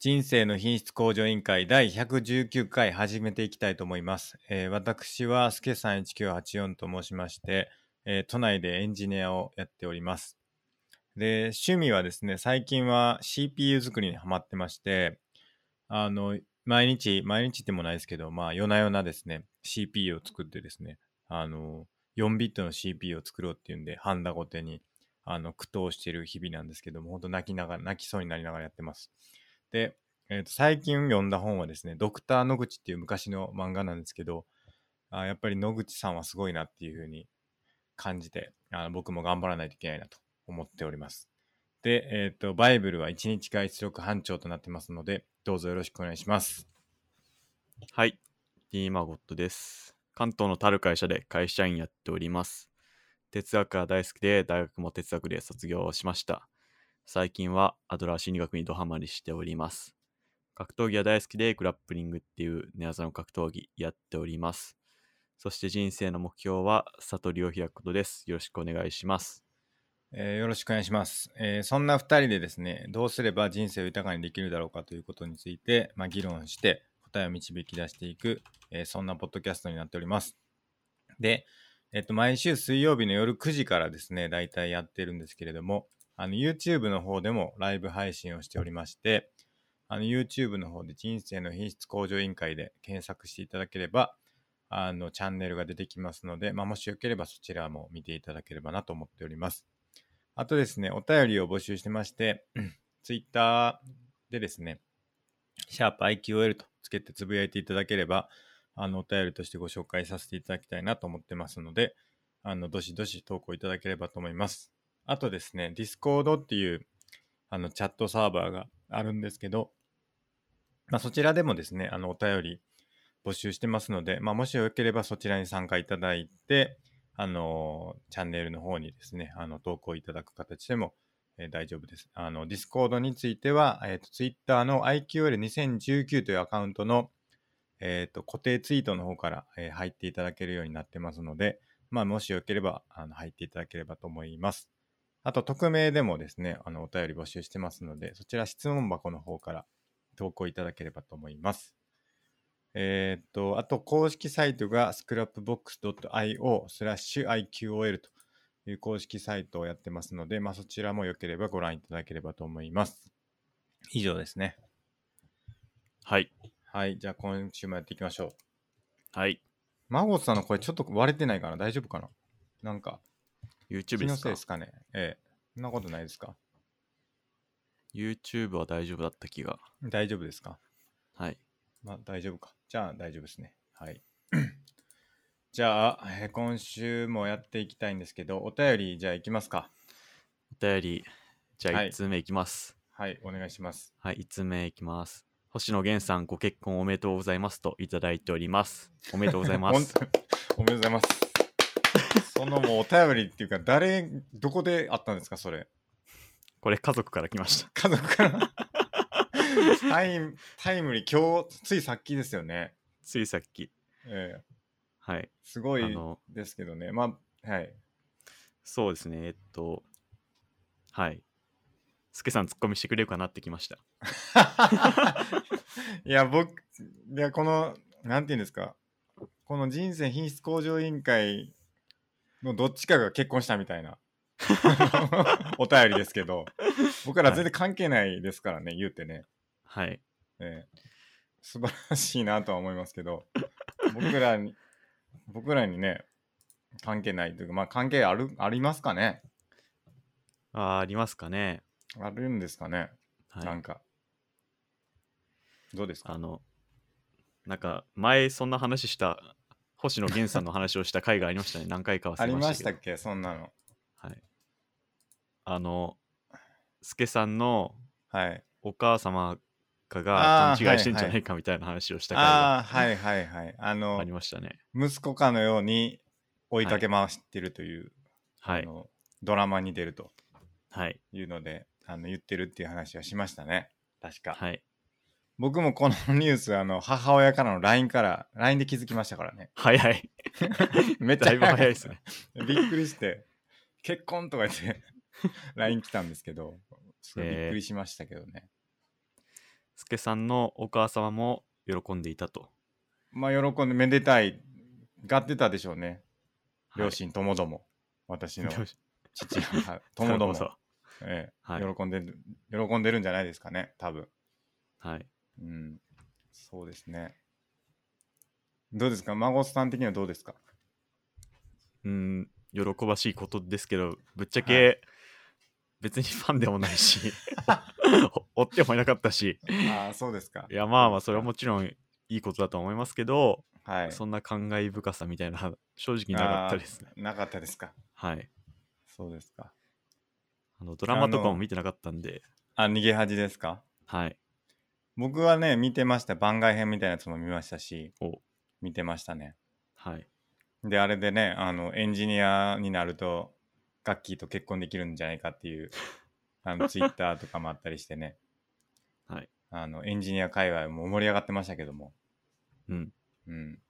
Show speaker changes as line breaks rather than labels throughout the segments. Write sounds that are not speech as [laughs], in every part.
人生の品質向上委員会第119回始めていきたいと思います。えー私はすけさん1984と申しまして、えー都内でエンジニアをやっております。で、趣味はですね、最近は CPU 作りにハマってまして、あの、毎日、毎日でもないですけど、まあ、夜な夜なですね、CPU を作ってですね、あの、4ビットの CPU を作ろうっていうんで、ハンダごてに、あの、苦闘している日々なんですけども、本当泣きながら、泣きそうになりながらやってます。で、えーと最近読んだ本はですね、ドクター野口っていう昔の漫画なんですけど、あーやっぱり野口さんはすごいなっていうふうに感じてあの、僕も頑張らないといけないなと思っております。で、えっ、と、バイブルは1日外出力班長となってますので、どうぞよろしくお願いします。
はい、D マゴットです。関東のたる会社で会社員やっております。哲学が大好きで、大学も哲学で卒業しました。最近はアドラー心理学にドハマりしております。格闘技は大好きで、グラップリングっていう寝技の格闘技やっております。そして人生の目標は悟りを開くことです。よろしくお願いします。
えーよろしくお願いします、えーそんな2人でですね、どうすれば人生を豊かにできるだろうかということについて、まあ、議論して答えを導き出していく、えーそんなポッドキャストになっております。で、えっと、毎週水曜日の夜9時からですね、大体やってるんですけれども、あの YouTube の方でもライブ配信をしておりまして、あの YouTube の方で人生の品質向上委員会で検索していただければ、あのチャンネルが出てきますので、まあ、もしよければそちらも見ていただければなと思っております。あとですね、お便りを募集してまして、Twitter でですね、シャープ i q l とつけてつぶやいていただければ、あの、お便りとしてご紹介させていただきたいなと思ってますので、あの、どしどし投稿いただければと思います。あとですね、Discord っていう、あの、チャットサーバーがあるんですけど、まあ、そちらでもですね、あの、お便り募集してますので、まあ、もしよければそちらに参加いただいて、あの、チャンネルの方にですね、あの、投稿いただく形でも、えー大丈夫です。あの、Discord については、えっ、と、Twitter の IQL2019 というアカウントの、えっ、と、固定ツイートの方から、えー入っていただけるようになってますので、まあ、もしよければ、あの、入っていただければと思います。あと、匿名でもですね、あの、お便り募集してますので、そちら質問箱の方から投稿いただければと思います。えーっと、あと公式サイトが scrapbox.io スラッシュ IQOL という公式サイトをやってますので、まあ、そちらもよければご覧いただければと思います。以上ですね。
はい、
はい、じゃあ今週もやっていきましょう。
はい、
マゴさんの声ちょっと割れてないかな大丈夫かななんか、
YouTube
気
で
の
す
せいで
か
すかねええ。そんなことないですか
?YouTube は大丈夫だった気が。
大丈夫ですか
はい、
まあ大丈夫か。じゃあ大丈夫ですね。はい。 [clears throat] じゃあ、えー今週もやっていきたいんですけど、お便りじゃあいきますか。
お便り、じゃあ
はい
1通目いきます。
はい、お願いします。
はい、5つ目いきます。星野源さん、ご結婚おめでとうございますといただいております。おめでとうご
[laughs]
ざいます。
本当におめでとうございます。そのもうお便りっていうか、誰、どこであったんですか、それ。
これ、家族から来ました。
家族
[laughs]
から。タイム、タイムリー、今日、ついさっきですよね。
ついさっき。
ええ
はい。
すご
あ
い
の、
ですけどね。まあ、はい。
そうですね。えっと、はい。すけさん、ツッコミしてくれるかなってきました。
[laughs] いや、僕、いや、この、なんていうんですか、この人生品質向上委員会のどっちかが結婚したみたいな [laughs] お便りですけど、僕ら全然関係ないですからね、言うてね、
はい。
ええ素晴らしいなとは思いますけど、僕らに、僕らにね、関係ないというか、まあ関係ある、ありますかね
あーありますかね。
あるんですかね、な
は
ん
い。
か。どうですか
あの、なんか、前、そんな話した、星野源さんの話をした回があり
[laughs]
ましたね。何回か忘
あ
れ
り
ま
ま
し
したた
け
っけ、そんなの。
ど。はい。あの、すけさんの
はい。
お母様かが
あー
勘違いしてん
は
じゃ
い
な
はい
いかみたいな話をした回
あ
が
あ、はいはいはい。あの
あり、ましたね。
息子かのように追いかけ回してるという、
は
あ
い。
のドラマに出ると
はい。
いうので、あの言ってるっていう話はしましたね。確か。
はい。
僕もこのニュース、あの、母親からの LINE から、LINE で気づきましたから
[laughs]
ね。
早い。
めっちゃ
だいぶ早いですね。
びっくりして、結婚とか言って、LINE 来たんですけど、すごいびっくりしましたけどね。
す介さんのお母様も喜んでいたと。
まあ、喜んで、めでたい、がってたでしょうね。
はい
両親ともども、私の
[laughs] 両親
父、
[laughs]
母ともど
なるほ
も、ええ
はい
喜んでる、喜んでるんじゃないですかね、多分。
はい。
うん、そうですね。どうですか、孫さん的にはどうですか。
うん、喜ばしいことですけど、ぶっちゃけ、
は
別にファンでもない
[laughs]
し、 [laughs] お追ってもいなかったし、
ああ、そうですか
い。や、まあまあ、それはもちろんいいことだと思いますけど、
はい。
そんな感慨深さみたいな、正直なかったですね。
あーなかったですか。
はい。
そうですか。
あのドラマとか
あ
も
の
見てなかったんで、
あ、逃げ恥ですか。
はい。
僕はね、見てました。番外編みたいなやつも見ましたし
お、
見てましたね。
はい。
で、あれでね、あの、エンジニアになると、ガッキーと結婚できるんじゃないかって
[laughs]
いう、あの、ツイッターとかもあったりしてね、
はい。
あの、エンジニア界隈も盛り上がってましたけども。
うん。
うん。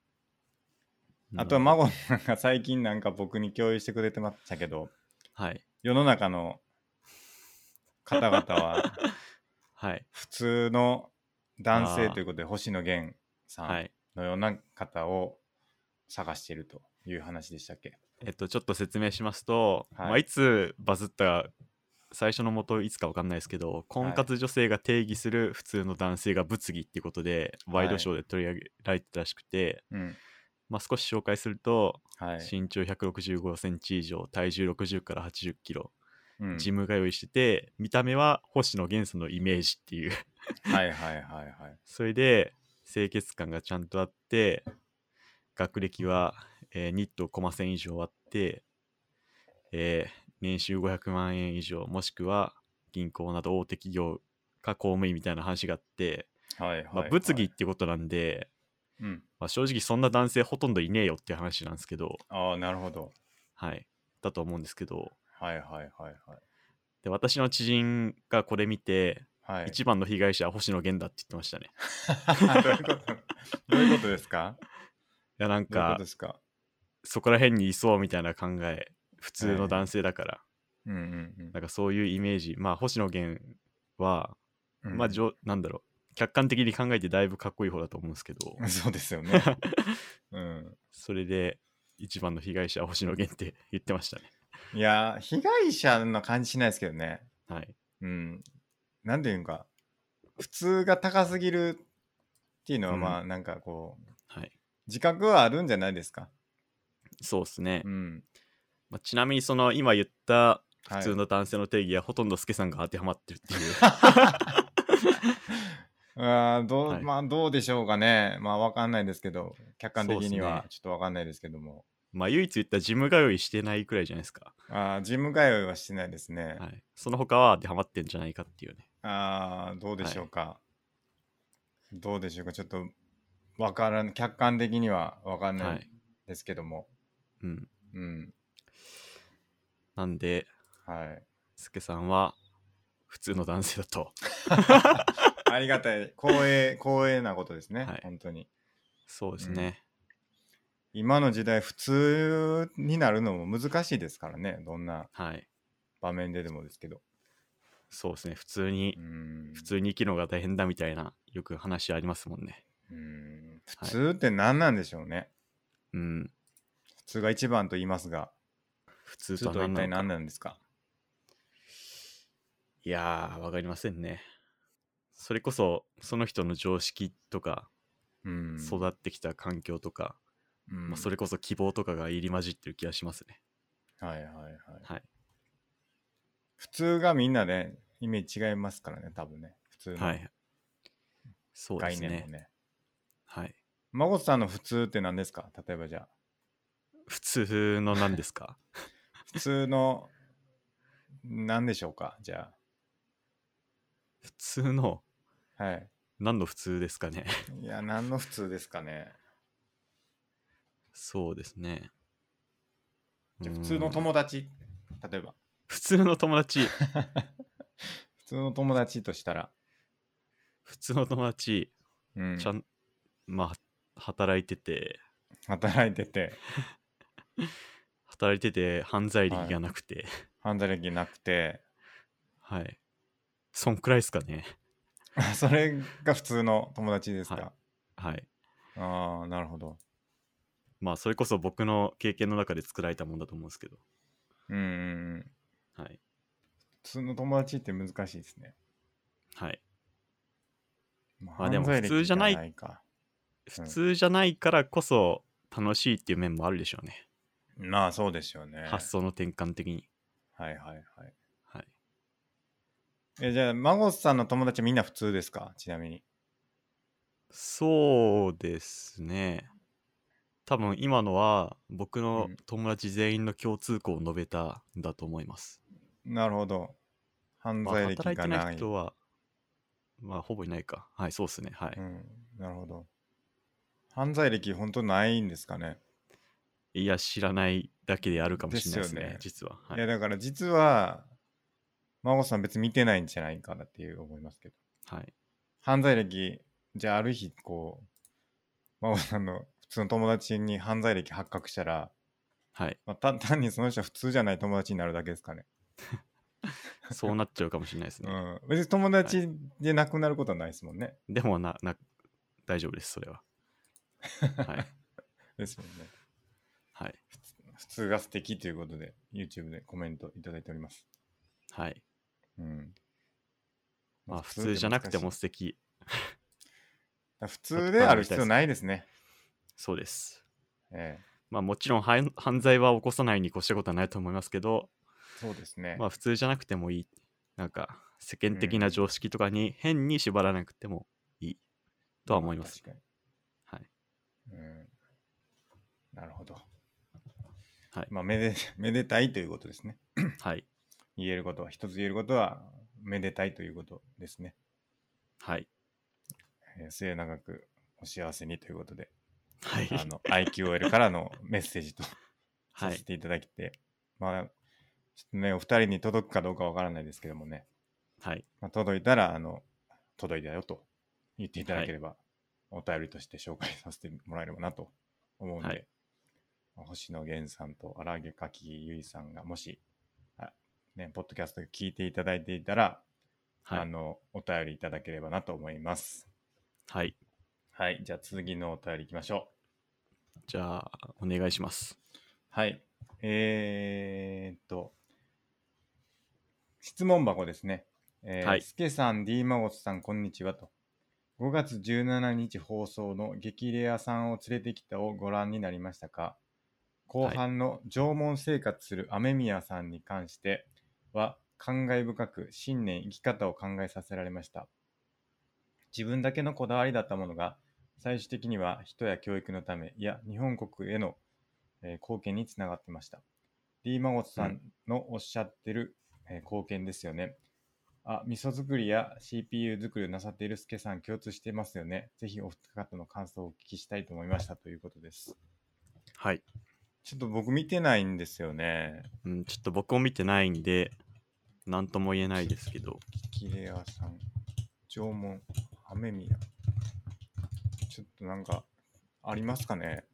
あとは
ま
孫なんか最近なんか僕に共有してくれてましたけど、
はい。
世の中の方々は
はい。
普通の男性ということで、星野源さ
は
ん
い。
のような方を探しているという話でしたっけ。
えっと、ちょっと説明しますと、
はい
いまあ、いつバズった最初の元いつかわかんないですけど婚活女性が定義する普通の男性が物議っていうことで、
はい
ワイドショーで取り上げられてたらしくて、
うん。
まあ、少し紹介すると、
はい。
身長1 6 5センチ以上体重60から8 0キロ、
うん
ジム通いしてて見た目は星野源さんのイメージっていう
はいはいはいはい。
それで清潔感がちゃんとあって学歴は、えーニットコマ線以上あって、えー年収500万円以上もしくは銀行など大手企業か公務員みたいな話があって、
はいはい、はい
まあ、物議っ、てことなんで、
うん、
まあ、正直そんな男性ほとんどいねえよっていう話なんですけど
ああなるほど
はいだと思うんですけど
はいはいはい
で私の知人がこれ見て、
はいはい
一番の被害者は星野源だって言ってましたね
どういうこと [laughs] どういうことですか
いやなん
どういうこ
か
とですか
そこら辺にいそうみたいな考え普通
は
の
い
男性だから、
うんうん
なんかそういうイメージまあ星野源は、
うん
まあじょなんだろう客観的に考えてだいぶかっこいい方だと思うんですけど
うん [laughs] そうですよねうん
それで一番の被害者は星野源って言ってましたね
いやー被害者の感じしないですけどね
はい
うんなんていうんか普通が高すぎるっていうのは
うん
まあなんかこう、
はい
自覚はあるんじゃないですか
そうですね、
うん
まあ、ちなみにその今言った
はい
普通の男性の定義はほとんどスケさんが当てはまってるっ
[laughs]
ていう、
あーどう
はい
まあどうでしょうかねまあわかんないですけど客観的に
そうっす
は
ね
ちょっとわかんないですけども、
まあ唯一言ったジム通いしてないくらいじゃないですか、
あージム通いはしてないですね、
はい、その他は当てはまってんじゃないかっていうね
あーどうでしょうか、どうでしょうかちょっとわからん客観的にはわかん
は
ない
い、
ですけども、
うん、
うん
なんで
はい
スケさんは普通の男性
[laughs]
だと
ありがたい光栄光栄なことですね、
はい
本当に
そうですね、
今の時代普通になるのも難しいですからねどんな
はい
場面ででもですけど
そうですね普通に、
うん
普通に生きるのが大変だみたいなよく話ありますもんね
うん普通って何なんでしょうね、
うん
普通が一番と言いますが普
普通
通
と
と
は
一体
何
何
なのか
なんですか
いやーわかりませんねそれこそその人の常識とか
うん
育ってきた環境とか、
うん
まあ、それこそ希望とかが入り混じってる気がしますね
はいはいはい
はい
普通がみんなねイメージ違いますからね多分ね普通の
はいそうで
概
す
念も
ね
ね,、
はい
孫さんの普通って何ですか例えばじゃあ
普通の何ですか [laughs]
普通の何でしょうかじゃ
普通の
あはい
何の普通ですかね
いや何の普通ですかね
そうですね
じゃあ
うん
普通の友達例えば
[laughs]
[laughs]
普通の友達 [laughs]
普通の友達としたら、
普通の友達
うん
ちゃんまあ働いてて
働いてて
働いてて犯罪歴がなくて
犯罪歴なくて
はい、そんくらいですかね
[laughs] それが普通の友達ですか、
はいはい。
ああなるほど
まあ、それこそ僕の経験の中で作られたもんだと思うんですけど。
うんうんうん
はい。
普通の友達って難しいですね
はい。
ま
まあでも
犯罪歴
普通じゃない
がか
普通じゃないからこそ楽しいっていう面もあるでしょうね。
まあそうですよね
発想の転換的に。
はいはいはい
はい。
えじゃあ孫さんの友達みんな普通ですかちなみに
そうですね。多分今のは僕の
うん
友達全員の共通項を述べたんだと思います。
なるほど犯
まあ
罪歴
働い
が
て
な
ない
い
人は、まあほぼいないか。はい、そうですね。はい。
うん、なるほど。犯罪歴、本当ないんですかね。
いや、知らないだけであるかもしれないですね、
ですよね
実は。
い、
はい
や、だから実は、孫さん別に見てないんじゃないかなっていう思いますけど。
はい、
犯罪歴、じゃあある日、こう、孫さんの普通の友達に犯罪歴発覚したら、
はい。
まあ、単単にその人は普通じゃない友達になるだけですかね。
そうなっちゃうかもしれないです
う
ね。
ん。別に友達でなくなることはないですもんね。
でもなな、大丈夫です、それは。は
[laughs]
い。
ですもんね。
はい。
普通が素敵ということで、YouTube でコメントいただいております。 [laughs]
はい。
うん。
まあ、普通じゃなくても
難しい
素敵。
だから普通である必要ないですね。
そうです。
ええ、
まあ、もちろん犯犯罪は起こさないに越したことはないと思いますけど、
そうですね。
まあ、普通じゃなくてもいい。なんか、世間的な常識とかに変に縛らなくてもいいとは思います。
確か
はい。
に。うん。なるほど。
はい
まあ、めで、 [laughs] めでたいということですね。
はい。
言えることは、一つ言えることは、めでたいということですね。
はい。
えー末永くお幸せにということで、
はい。
あの、IQL からのメッセージと
は
させ
い。
ていただきて、まあ、ちょっとね、お二人に届くかどうかわからないですけどもね、
はい。
まあ、届いたら、あの、届いたよと言っていただければ、お便りとして紹介させてもらえればなと思うんで、
はい
まあ星野源さんと荒毛かきゆいさんが、もし、あね、ポッドキャスト聞いていただいていたら、
は
あ
い。
の、お便りいただければなと思います。
はい。
はい、じゃあ次のお便り行きましょう。
じゃあ、お願いします。
はい、えー、っと、質問箱ですね。えー
はい
スケさん、D マゴスさん、こんにちはと。5月17日放送の激レアさんを連れてきたをご覧になりましたか後半の縄文生活する雨宮さんに関しては感慨深く新年生き方を考えさせられました。自分だけのこだわりだったものが最終的には人や教育のためいや日本国への、えー貢献につながってました。D マゴトさんのおっしゃってる、えー貢献ですよね。あ、味噌作りや CPU 作りをなさっているスケさん共通してますよね。ぜひお二方の感想をお聞きしたいと思いましたということです。
はい。
ちょっと僕見てないんですよね。
うん、ちょっと僕も見てないんで、なんとも言えないですけど、
キレアさん、縄文、雨宮。ちょっとなんか、ありますかね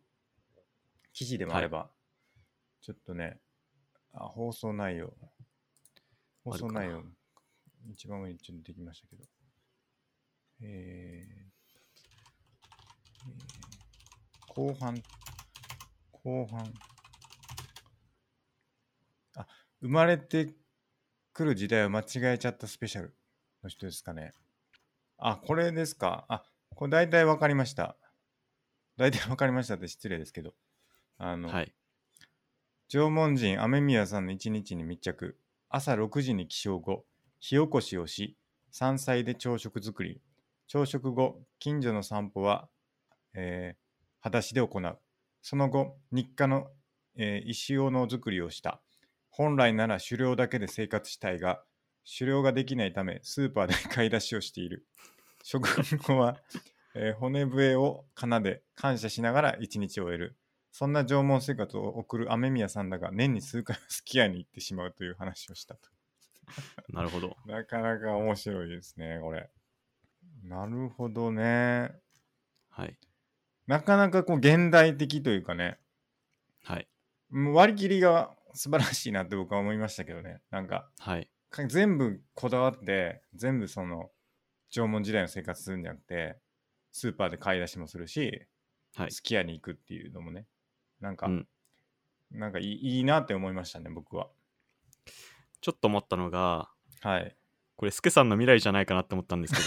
記事でもあれば。ちょっとね、あ、放送内容。放送内
ある
容、一番上にちょっとできましたけど。えーえー後半、後半。あ、生まれて来る時代を間違えちゃったスペシャルの人ですかね。あ、これですか。あ、これ大体わかりました。大体わかりましたって失礼ですけど。あの、
はい。
縄文人雨宮さんの一日に密着朝6時に起床後火起こしをし山菜で朝食作り朝食後近所の散歩は、えー裸足で行うその後日課の、えー石斧作りをした本来なら狩猟だけで生活したいが狩猟ができないためスーパーで買い出しをしている食後は、えー骨笛を奏で感謝しながら一日を終えるそんな縄文生活を送る雨宮さんだが年に数回はスキヤに行ってしまうという話をしたと。
なるほど。
なかなか面白いですね、これ。なるほどね。
はい。
なかなかこう現代的というかね、
はい。
もう割り切りが素晴らしいなって僕は思いましたけどね。なんか
はい。
か全部こだわって、全部その縄文時代の生活するんじゃなくてスーパーで買い出しもするし、
はい
すき家に行くっていうのもねなんか、
うん
なんかいいいいなって思いましたね僕は
ちょっと思ったのが
はい
これスケさんの未来じゃないかなって思った
[laughs]
んですけど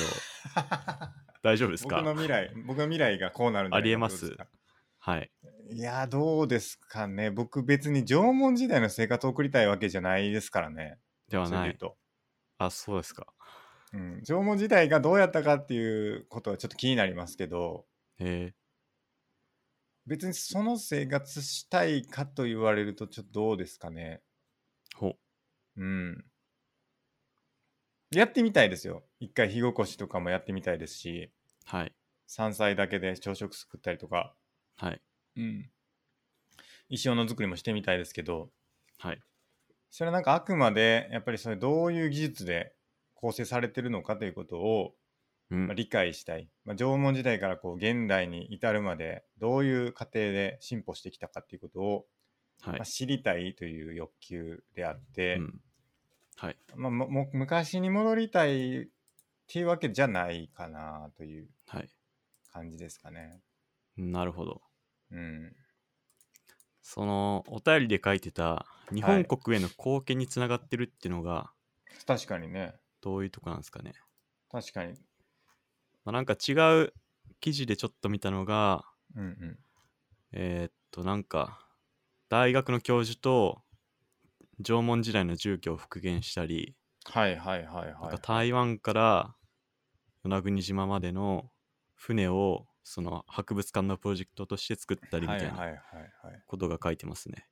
大丈夫です
僕の
か
未来僕の未来がこうなるんじゃないか
ありえます
どうでか
はい
いやーどうですかね僕別に縄文時代の生活を送りたいわけじゃないですからね
では
それで
な
言う
い
と、
あそうですか
うん、縄文時代がどうやったかっていうことはちょっと気になりますけど
え
別にその生活したいかと言われるとちょっとどうですかね
ー、ほ
うんやってみたいですよ一回火起こしとかもやってみたいですし
はい
山菜だけで朝食作ったりとか
はい
うん石斧作りもしてみたいですけど
はい
それはなんかあくまでやっぱりそれどういう技術で構成されてるのかということを、
うん
まあ、理解したい、まあ、縄文時代からこう現代に至るまでどういう過程で進歩してきたかということを、
はい
まあ、知りたいという欲求であって、
うんはい
まあ、もも昔に戻りたいっていうわけじゃないかなという
はい
感じですかね。
なるほど
うん、
そのお便りで書いてた日本国への貢献につながってるっていうのが
確かにね
どういうとこなんですかね、
確かに。
まあ、なんか違う記事でちょっと見たのが
うんうん、
えーっとなんか大学の教授と縄文時代の住居を復元したり、
はいはいはい
なん
は
か
い。
台湾から与那国島までの船をその博物館のプロジェクトとして作ったりみ
は
た
いはい
い
は
ない
はい。
ことが書いてますね。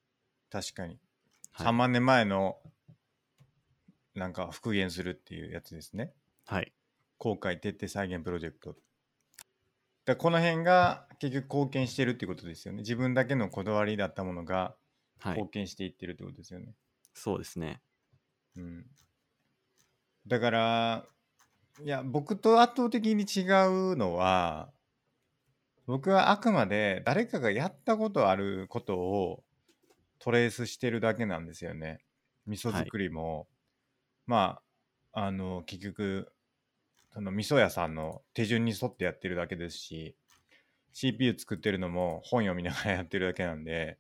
確かに。
はい
3万年前のなんか復元するっていうやつですね。
はい、
公開徹底再現プロジェクト。だからこの辺が結局貢献してるってことですよね。自分だけのこだわりだったものが
はい
貢献していってるってことですよね。
そうですね。
うん、だからいや僕と圧倒的に違うのは僕はあくまで誰かがやったことあることをトレースしてるだけなんですよね。味噌作りも、まああの結局その味噌屋さんの手順に沿ってやってるだけですし CPU 作ってるのも本読みながらやってるだけなんで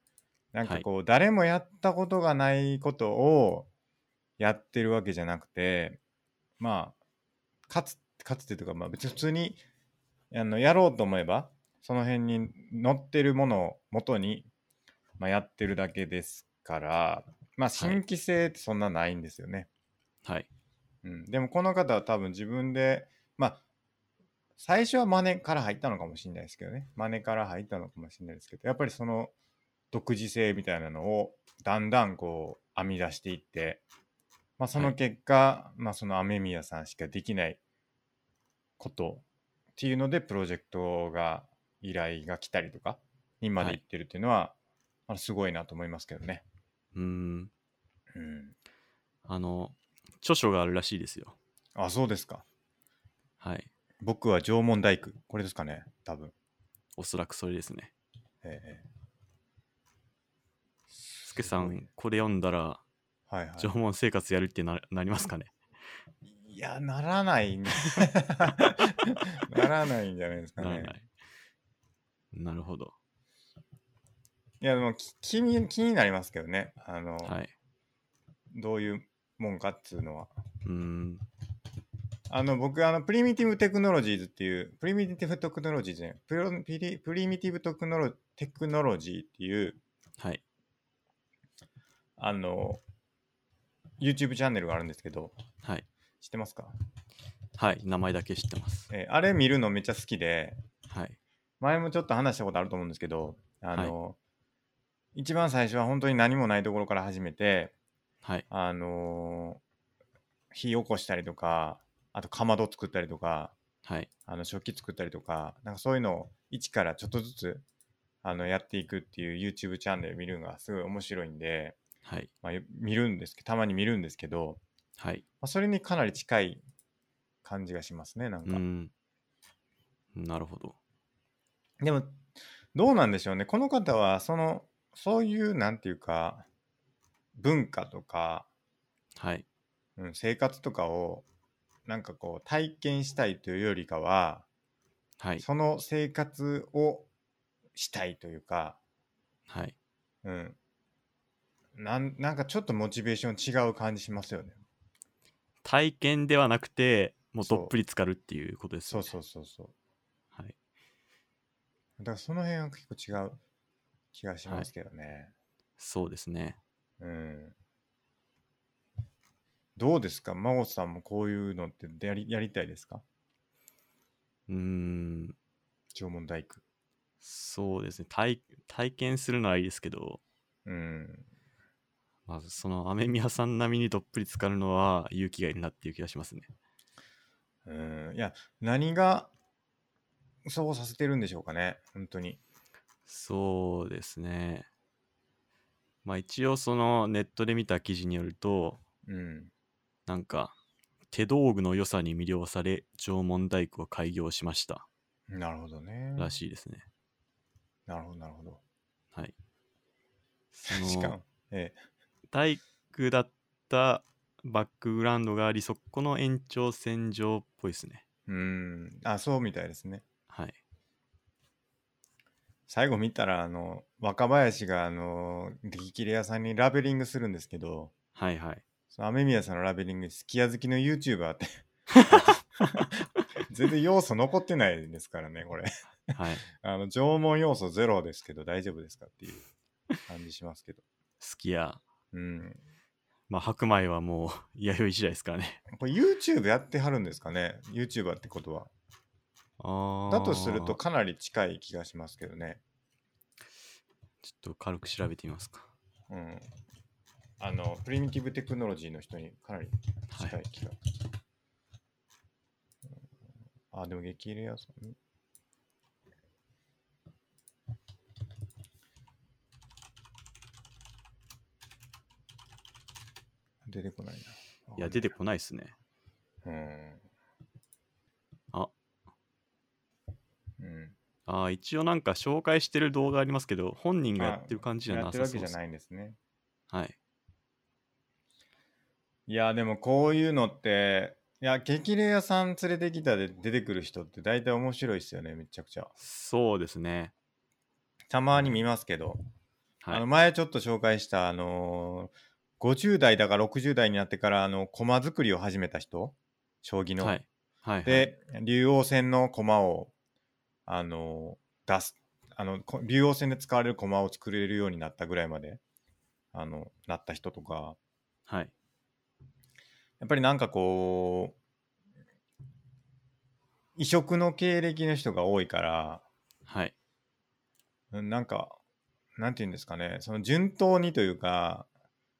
なんかこう、誰もやったことがないことをやってるわけじゃなくてまあかつかつてというか、まあ、別に普通にあのやろうと思えばその辺に載ってるものを元に、まあ、やってるだけですから、まあ、新規性ってそんなないんですよね。
はい
うん、でもこの方は多分自分でまあ最初は真似から入ったのかもしれないですけどね真似から入ったのかもしれないですけどやっぱりその独自性みたいなのをだんだんこう編み出していって、まあ、そ
は
の
い
結果、まあ、その雨宮さんしかできないことっていうのでプロジェクトが依頼が来たりとかにまで行ってるっていうのは、あのすごいなと思いますけどね。
うーん
うん、
あの著書があるらしいですよ。
あそうですか。
はい
僕は縄文大工これですかね多分。
おそらくそれですね。
ええ。
ス
す
ケさ
ごい
ん
ね、
これ読んだら、
はいは
縄文生活やるってななりますかね
い。いや、ならない
[laughs]
ね。ならないんじゃないですか
なら
ね
な。い。なるほど。
いや、でもき気に気になりますけどね。あの、
はい。
どういうもんかっつうのは。
うーん。
あの、僕、あの、プリミティブテクノロジーズっていう、プリミティブテクノロジーズじゃない、プロピリプリミティブテクノロテクノロジーっていう、
はい。
あの、YouTube チャンネルがあるんですけど、
はい。
知ってますか、
はい。名前だけ知ってます。
えーあれ見るのめっちゃ好きで、
はい。
前もちょっと話したことあると思うんですけどあの、一番最初は本当に何もないところから始めて
はい。
あの火起こしたりとかあとかまど作ったりとか
はい。
あの食器作ったりとかなんかそういうのを一からちょっとずつあのやっていくっていう YouTube チャンネル見るのがすごい面白いんで、
はい。
まあ、よ見るんですけどたまに見るんですけど、
はい。
まあ、それにかなり近い感じがしますねなん
う
か
ー。ん。なるほど。
でも、どうなんでしょうね。この方は、その、そういう、なんていうか、文化とか、
はい。
うん、生活とかを、なんかこう体験したいというよりかは
はい。
その生活をしたいというか、
はい。
うん、なんなんかちょっとモチベーション違う感じしますよね。
体験ではなくて、もう
そう
どっぷり浸かるっていうことです
そ
よ
う
ね。
そうそうそう。
はい。
だからその辺は結構違う気がしますけどね。
そうですね。
うん。どうですか真帆さんもこういうのってやりやりたいですか
うーん。
縄文大工。
そうですね。体体験するのはいいですけど、
うん。
まあ、その雨宮さん並みにどっぷり浸かるのは勇気がいるなっていう気がしますね。
うん、いや、何がそうさせてるんでしょうかね本当に。
そうですね。まあ一応そのネットで見た記事によると、
うん。
なんか手道具の良さに魅了され縄文大工を開業しました
なるほどね。
らしいですね。
なるほど、なるほど。
はい。そ
確か
の
に。ええ。
体育だったバックグラウンドがあり、そこの延長線上っぽいですね。
うん。あ、そうみたいですね。
はい。
最後見たら、あの、若林が、あの、激切れ屋さんにラベリングするんですけど、
はいはい。
その雨宮さんのラベリング、すき家好きの YouTuber って。全然要素残ってないですからね、これ。
はい。
あの、縄文要素ゼロですけど、大丈夫ですかっていう感じしますけど。
好きや。
うん。
まあ白米はもう [laughs] 弥生時代ですからね。
これ YouTube やってはるんですかね ?YouTuber ってことは。
あ
[laughs] だとすると
ー
かなり近い気がしますけどね。
ちょっと軽く調べてみますか。
うん。あの、プリミティブテクノロジーの人にかなり
は
近
い
い。気が。うんあ、でも激レアさん。ん出てこないな。
いや、出てこないですね。
うん。
あ
うん。
ああ、一応なんか紹介してる動画ありますけど、本人がやってる感じじゃ
や
な
って
さ
るわ
そ
け
う
じ
で
ゃ
す。
ないんですね。
はい。
いや、でもこういうのって、いや、激レアさん連れてきたで出てくる人って大体面白いですよね、めちゃくちゃ。
そうですね。
たまに見ますけど。
は
あの
い。
前ちょっと紹介した、あのー50代だか60代になってからあの駒作りを始めた人将棋の。
はい。はい。はい、
で、竜王戦の駒を、あのー出すあのこ竜王戦で使われる駒を作れるようになったぐらいまであのなった人とか
はい。
やっぱりなんかこう異色の経歴の人が多いから
はい。
うんなんか、なんて言うんですかね、その順当にというか、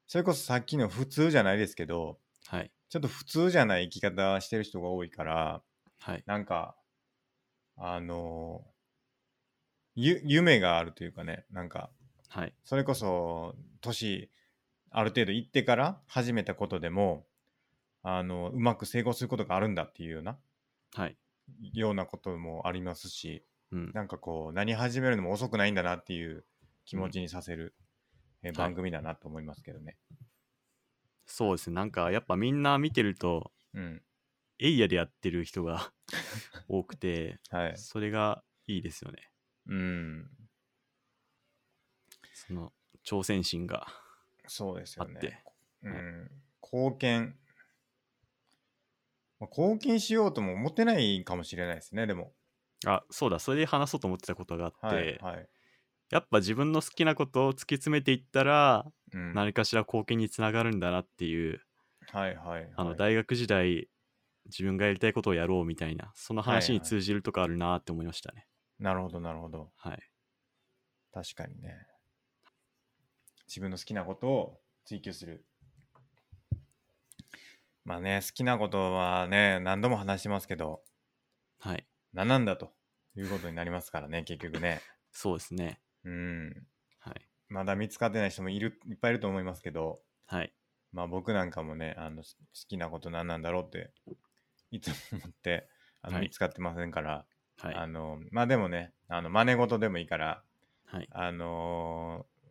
それこそさっきの普通じゃないですけど、
はい。
ちょっと普通じゃない生き方してる人が多いから、
はい。
なんか、あの、ゆ夢があるというかね、なんか、
はい。
それこそ、年、ある程度行ってから始めたことでも、あの、うまく成功することがあるんだっていうような、
はい。
ようなこともありますし、
うん。
なんかこう何始めるのも遅くないんだなっていう気持ちにさせる、え
はい
番組だなと思いますけどね。
そうですね。なんかやっぱみんな見てると、
うん。
エイヤでやってる人
[laughs]
が多くて、
はい。
それがいいですよね。
うん。
その挑戦心が。
そうですよ
あって
ね。う
はい
ん。貢献。まあ貢献しようとも思ってないかもしれないですね、でも。
あ、そうだ。それで話そうと思ってたことがあって、
はい。はい。
やっぱ自分の好きなことを突き詰めていったら、
うん。はい
何かしら貢献につながるんだなっていう、
はいはい。
あの大学時代自分がやりたいことをやろうみたいなその話
はい
に
はい
通じるとかあるなって思いましたね
なるほど、なるほど。
はい、
確かにね。自分の好きなことを追求する。まあね、好きなことはね、何度も話しますけど、
はい
学んだということになりますからね、結局ね。
そうですね
うん。
はい
まだ見つかってない人もいる、いっぱいいると思いますけど、
はい
まあ僕なんかもね、あの、す好きなこと何なんだろうって、いつも思って、あの
はい
見つかってませんから、
はい
あの、まあでもね、あの、真似事でもいいから、
はい
あのー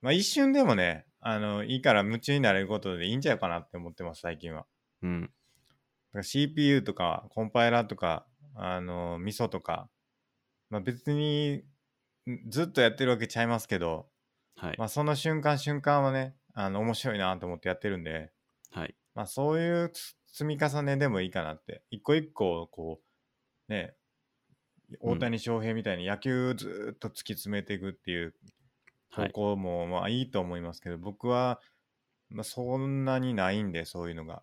まあ一瞬でもね、あの、いいから夢中になれることでいいんちゃうかなって思ってます、最近は。
うん
から CPU とかコンパイラーとか、あの、ミソとか、まあ別にんずっとやってるわけちゃいますけど、
はい。
まあその瞬間瞬間はね、あの、面白いなと思ってやってるんで、
はい。
まあそういうつ積み重ねでもいいかなって、一個一個こう、ね、大谷翔平みたいに野球ずーっと突き詰めていくっていう
は
方
い。
向もまあいいと思いますけど、僕は、まあ、そんなにないんで、そういうのが。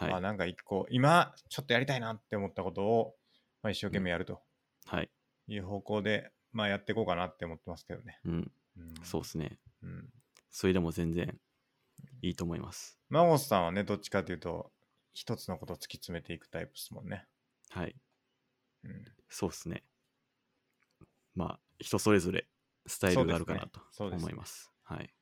まあ
はい。
なんか一個、今ちょっとやりたいなって思ったことを、まあ、一生懸命やると
はい。
いう方向で、まあやっていこうかなって思ってますけどね。
うん。
うん、
そうですね。
うん。
それでも全然いいと思います。
マゴスさんはね、どっちかというと、一つのことを突き詰めていくタイプですもんね。
はい。
うん
そうですね。まあ、人それぞれスタイルがあるかなと
そうですねそう
思
ですね
います。はい。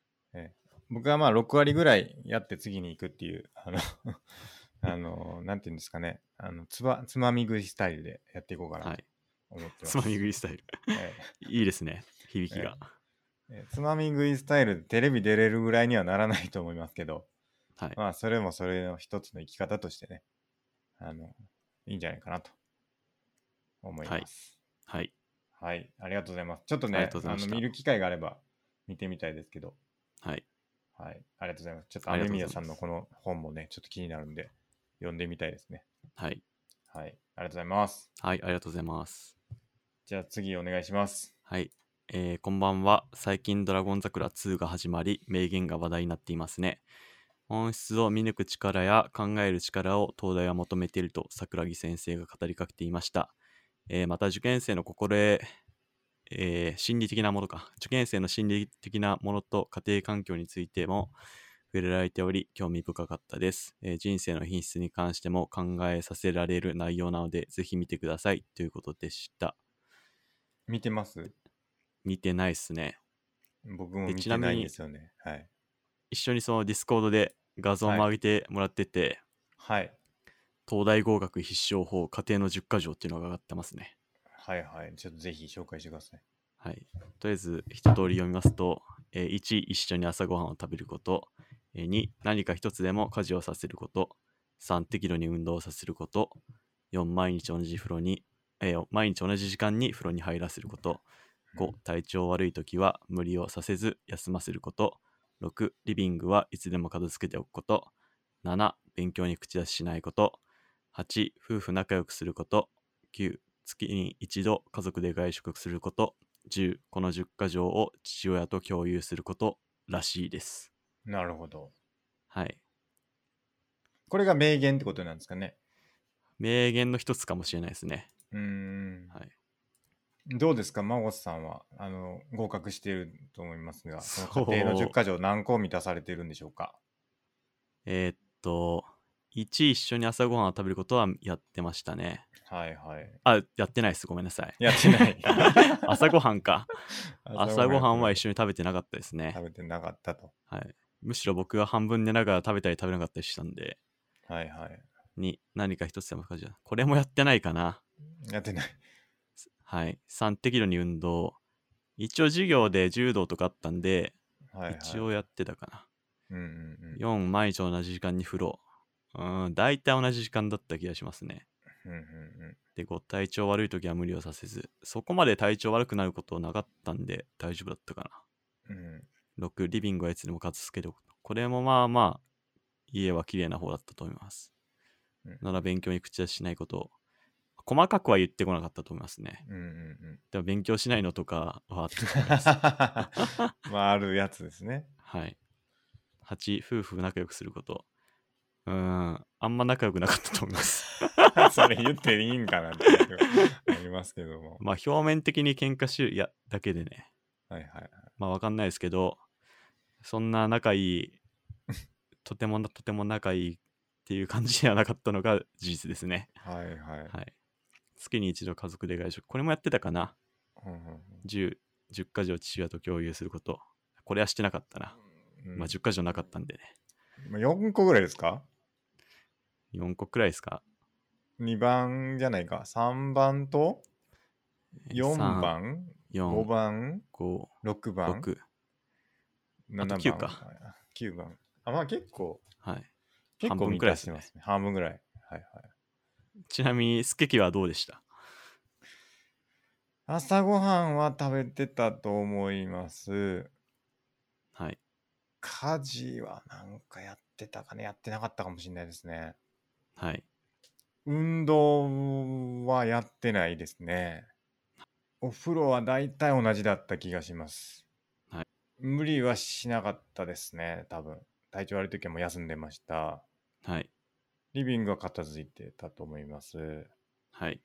僕はまあ6割ぐらいやって次に行くっていう、あの、 [laughs] あの、なんていうんですかね、あのつばつまみ食いスタイルでやっていこうかな
は
と
い。
思ってます。
つまみ食いスタイル。
え
いいで
[laughs]
すね。響きが。
えええつまみ食いスタイルでテレビ出れるぐらいにはならないと思いますけど、
はい。
まあ、それもそれの一つの生き方としてね、あの、いいんじゃないかなと思います。
はい。
はい、ありがとうございます。ちょっと
あり
ね
が、とうござい
あ
まし
の
た
見る機会があれば見てみたいですけど、
はい。
はい、ありがとうございます。ちょっと
ありが
雨
とうござい
宮
ます
さんのこの本もね、ちょっと気になるんで、読んでみたいですね。
はい。
はい、ありがとうございます。
はい。ありがとうございます。
じゃあ次お願いします。
はい、えーこんばんは。最近ドラゴン桜2が始まり、名言が話題になっていますね。本質を見抜く力や考える力を東大は求めていると桜木先生が語りかけていました。えーまた受験生の心得、えー心理的なものか、受験生の心理的なものと家庭環境についても触れられており、興味深かったです。えー人生の品質に関しても考えさせられる内容なので、ぜひ見てくださいということでした。
見てます
見てないっすね。
僕も
で
見
ち
て
なみに
ないんですよね。はい。
一緒にそのディスコードで画像も上げてもらってて、
はい。
東大合格必勝法家庭の10か条っていうのが上がってますね
はいはい。ちょっとぜひ紹介してください。
はいとりあえず一通り読みますと、えー1一緒に朝ごはんを食べること、えー2何か一つでも家事をさせること3適度に運動をさせること4毎日同じ風呂に、えー毎日同じ時間に風呂に入らせること5体調悪い時は無理をさせず休ませること6リビングはいつでも片付けておくこと7勉強に口出ししないこと8夫婦仲良くすること9月に一度家族で外食すること10この10か条を父親と共有することらしいです
なるほど。
はい
これが名言ってことなんですかね。
名言の一つかもしれないですね
うーん。
はい
どうですか、マゴスさんは、あの、合格していると思いますが、そ
そう
の家庭の10か条何項満たされているんでしょうか
えーっと1一緒に朝ごはんを食べることはやってましたね
はいはい。
あやってないですごめんなさい。
やってない
[laughs] 朝ごはんか [laughs] 朝ごはんは一
緒
緒に食べてなかったですね
食、べてなかったと。
はい、むしろ僕は半分寝ながら食べたり食べなかったりしたんで
はいはい。
2何か一つでも不可じゃこれもやってないかな
やってない。
はい3適度に運動一応授業で柔道とかあったんで、
はい、はい。
一応やってたかな
うんうん
4毎日同じ時間に風呂うん大体同じ時間だった気がしますね
うん。うんうんうん。
で5体調悪い時は無理をさせずそこまで体調悪くなることなかったんで大丈夫だったかな
うん、
6リビングはいつでも片付けておくこれもまあまあ家は綺麗な方だったと思います
うん
なら勉強に口出ししないことを細かくは言ってこなかったと思いますね
うんうんうん。
でも勉強しないのとかはあったと思います
[laughs] まあ、あるやつですね。
はい8夫婦仲良くすることうーんあんま仲良くなかったと思います
[laughs] それ言っていいんかなっていうのがありますけども。
まあ表面的に喧嘩しるいやだけでね
はいはいはい。
まあわかんないですけどそんな仲いいとてもとても仲いいっていう感じではなかったのが事実ですね
はいはい。
はい。月に一度家族で外食。これもやってたかな。
うんうん
10、10か条父親と共有すること。これはしてなかったな。
うん
まあ10か条なかったんでね。
まあ、4個ぐらいですか
4個くらいですか。
?2 番じゃないか。3番と
えー
4
三
番、
4
5、番、
5、
6番、
6。
7
あ
番。
と9か
9番。あ、まあ結構、
はい。
結
半分
構
く
満
ら
た
いで
し
すね
てますね。半分ぐらい。はいはい。
ちなみに、スケキはどうでした
朝ごはんは食べてたと思います。
はい。
家事はなんかやってたかねやってなかったかもしれないですね。
はい。
運動はやってないですね。お風呂は大体同じだった気がします。
はい
無理はしなかったですね、多分。体調悪い時はもう休んでました。
はい。
リビングは片付いてたと思います。
はい。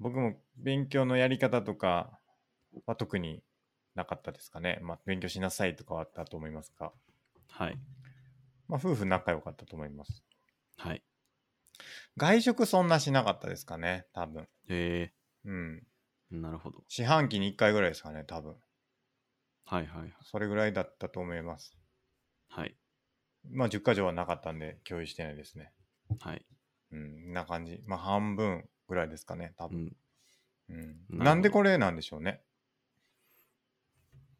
僕も勉強のやり方とかは特になかったですかね。まあ、勉強しなさいとかはあったと思いますが、
はい。
まあ、夫婦仲良かったと思います。
はい。
外食そんなしなかったですかね、多分。
え
うん。
ー、なるほど。
四半期に1回ぐらいですかね、多分。
はいはい
それぐらいだったと思います。
はい。
まあ、10か条はなかったんで、共有してないですね。
はい。
うん、な感じ。まあ、半分ぐらいですかね、多
う
分。
ん。
うん。
ほど
なんでこれなんでしょうね。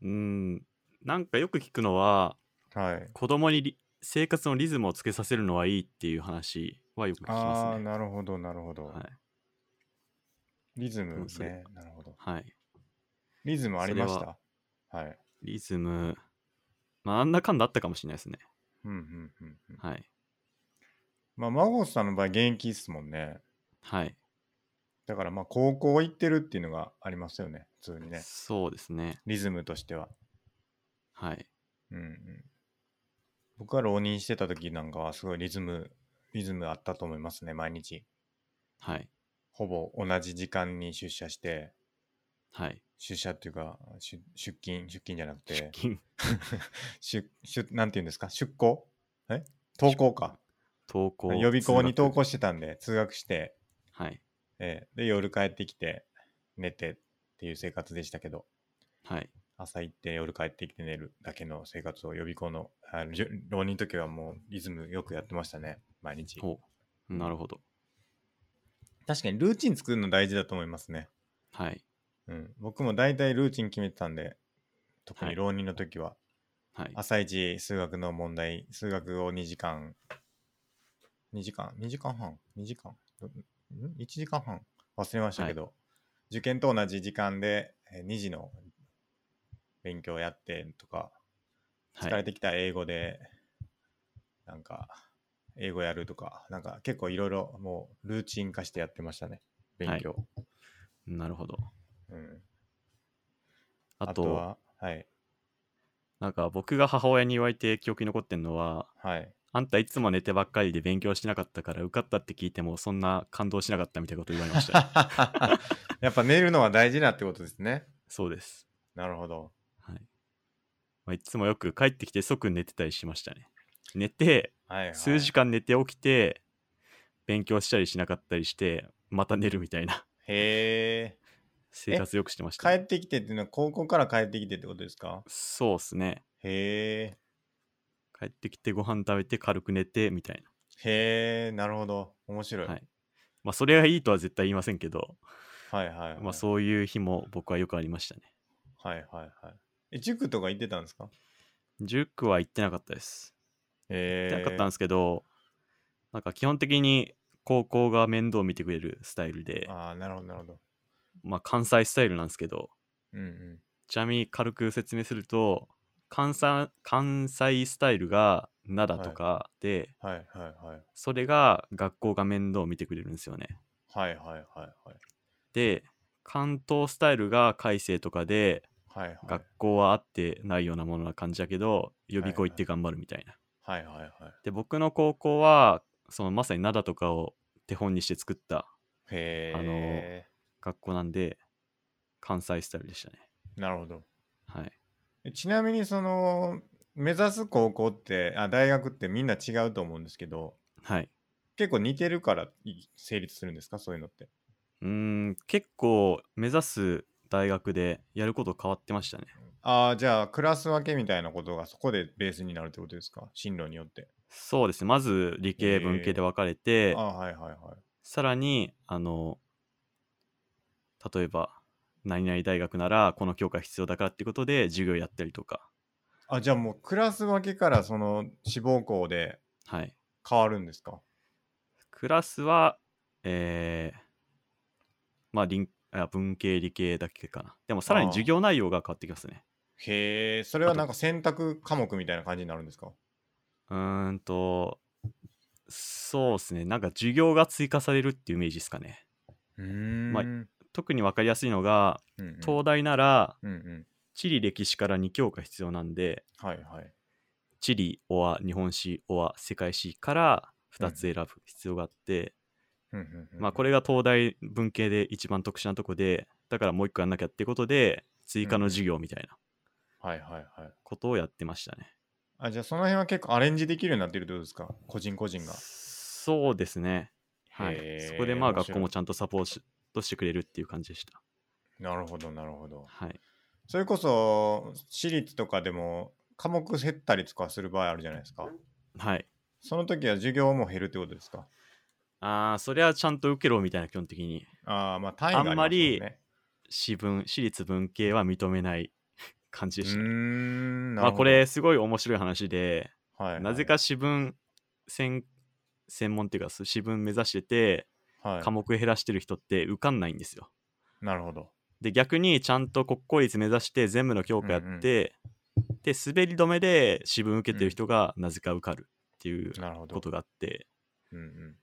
うん。なんかよく聞くのは、
はい。
子供にリ生活のリズムをつけさせるのはいいっていう話はよく聞き
あ
ま
あ、
すね。
なるほど、なるほど。
はい。
リズ
で
ム
もそれ
ね。なるほど。
はい。
リズムありまし
それ
た。はい。
リズム、まあ、なんだかんだあったかもしれないですね。
うんうんうんうん。
はい。
まあ、孫さんの場合、現役ですもんね。
はい。
だから、まあ、高校行ってるっていうのがありますよね、普通にね。
そうですね。
リズムとしては。
はい。
うんうん、僕は浪人してた時なんかはすごいリズムリズムあったと思いますね毎日
はい。
ほぼ同じ時間に出社して
はい。
出社っていうか出出勤出勤じゃなく
出
て
勤、
出出なんて言うんですか出校え登校か
登校。
予備校に
通学
登校してたんで通学して、
はい。
ええで夜帰ってきて寝てっていう生活でしたけど
はい。
朝行って夜帰ってきて寝るだけの生活を予備校のあのじゅ浪人の時はもうリズムよくやってましたね毎日
ほう。なるほど。
確かにルーチン作るの大事だと思いますね。
はい。
うん、僕も大体ルーチン決めてたんで、特
は
に
い
浪人の時は、
はい。
朝一数学の問題、数学を2時間、2時間、2時間半、2時間、ん ?1 時間半忘れましたけど、受験と同じ時間でえー2時の勉強やってとか、
は
疲
い。
れてきた英語で、なんか、英語やるとか、なんか結構いろいろもうルーチン化してやってましたね、勉強。
なるほど。
うん
あと、
は、はい、
なんか僕が母親に言われて記憶に残ってんのは、
はい。
あんたいつも寝てばっかりで勉強しなかったから受かったって聞いてもそんな感動しなかったみたいなこと言われ
[laughs]
ましたね。 [laughs]
やっぱ寝るのは大事だってことですね。
そうです。
なるほど。
はい。まあ、いつもよく帰ってきて即寝てたりしましたね。寝て、
はい、はい。
数時間寝て起きて、勉強したりしなかったりして、また寝るみたいな
へえ。
生活よくしてましたね、
帰ってきてっていうのは高校から帰ってきてってことですか
そうっすね。
へえ。
帰ってきてご飯食べて軽く寝てみたい
へえ、なるほど。面白い。 [laughs]
な。
は、
はいい。まあそれがいいとは絶対言いませんけど、
はい、はい。
まあそういう日も僕はよくありましたね。
はい、はい、はい。え、塾とか行ってたんですか
塾は行ってなかったです。
へ
行って
え。
なかったんですけど、なんか基本的に高校が面倒を見てくれるスタイルで、
ああ、なるほど、なるほど。
まあ関西スタイルなんですけど、
うんうん。
ちなみに軽く説明すると、関西関西スタイルが灘とかで、
はい、はい、はい。
それが学校が面倒を見てくれるんですよね。
はい、はい、はい、はい。
で、関東スタイルが改正とかで、
はい、はい。
学校は合ってないようなものな感じだけど、予備校
はい
行って頑張るみたいな。
はい、はい、はい。
で、僕の高校は、そのまさに灘とかを手本にして作ったあの
へえ。
学校なんで、関西スタイルでしたね。
なるほど。
はい。
えちなみにその目指す高校ってあ大学ってみんな違うと思うんですけど
はい。
結構似てるからい成立するんですかそういうのって
うーん、結構目指す大学でやること変わってましたね。
ああじゃあクラス分けみたいなことがそこでベースになるってことですか進路によって
そうですね。まず理
へ
系、
え
文系で分かれて、
ああはいはいは
さらに、あの、例えば、何々大学ならこの教科必要だからってことで授業やったりとか、
いあじゃあもうクラス分けからその志望校で
はい。
変わるんですか
クラスはえーまあ林あ文系理系だけかなでもさらに授業内容が変わってきますね
へえ、それはなんか選択科目みたいな感じになるんですか
うーんとそうですねなんか授業が追加されるっていうイメージですかね
うーん
まあ
うん
特に分かりやすいのが
うん
東大なら
うんうん。
地理歴史から2教科必要なんで
はいはい。
地理オア日本史オア世界史から2つ選ぶ必要があって、
うんうんうん
まあこれが東大文系で一番特殊なとこでだからもう一個やんなきゃってことで追加の授業みたいな
はいはいはい。
ことをやってましたね、
あ、じゃあその辺は結構アレンジできるようになってるってことですか個人個人が。
そうですねはい
へー
そこでまあ
面
学
白い
校もちゃんとサポートしてくれるっていう感じでした
なるほどなるほど。
はい
それこそ私立とかでも科目減ったりとかする場合あるじゃないですか。
はい
その時は授業も減るってことですか
ああそれはちゃんと受けろみたいな基本的に
ああ、まあ単位がありますもんね。
私文私立文系は認めない感じ
う
でしたね、
ーん、なる
[laughs] まあ
ほど
こ、れすごい面白い話で
はいはい
なぜか、私文専専門っていうか私文目指してて
はい
科目減らしてる人って受かんないんですよ。
なるほど。
で逆にちゃんと国公立目指して全部の教科やって、で滑り止めで私文受けてる人がなぜか受かるっていう
なるほど。
ことがあって
うんうん、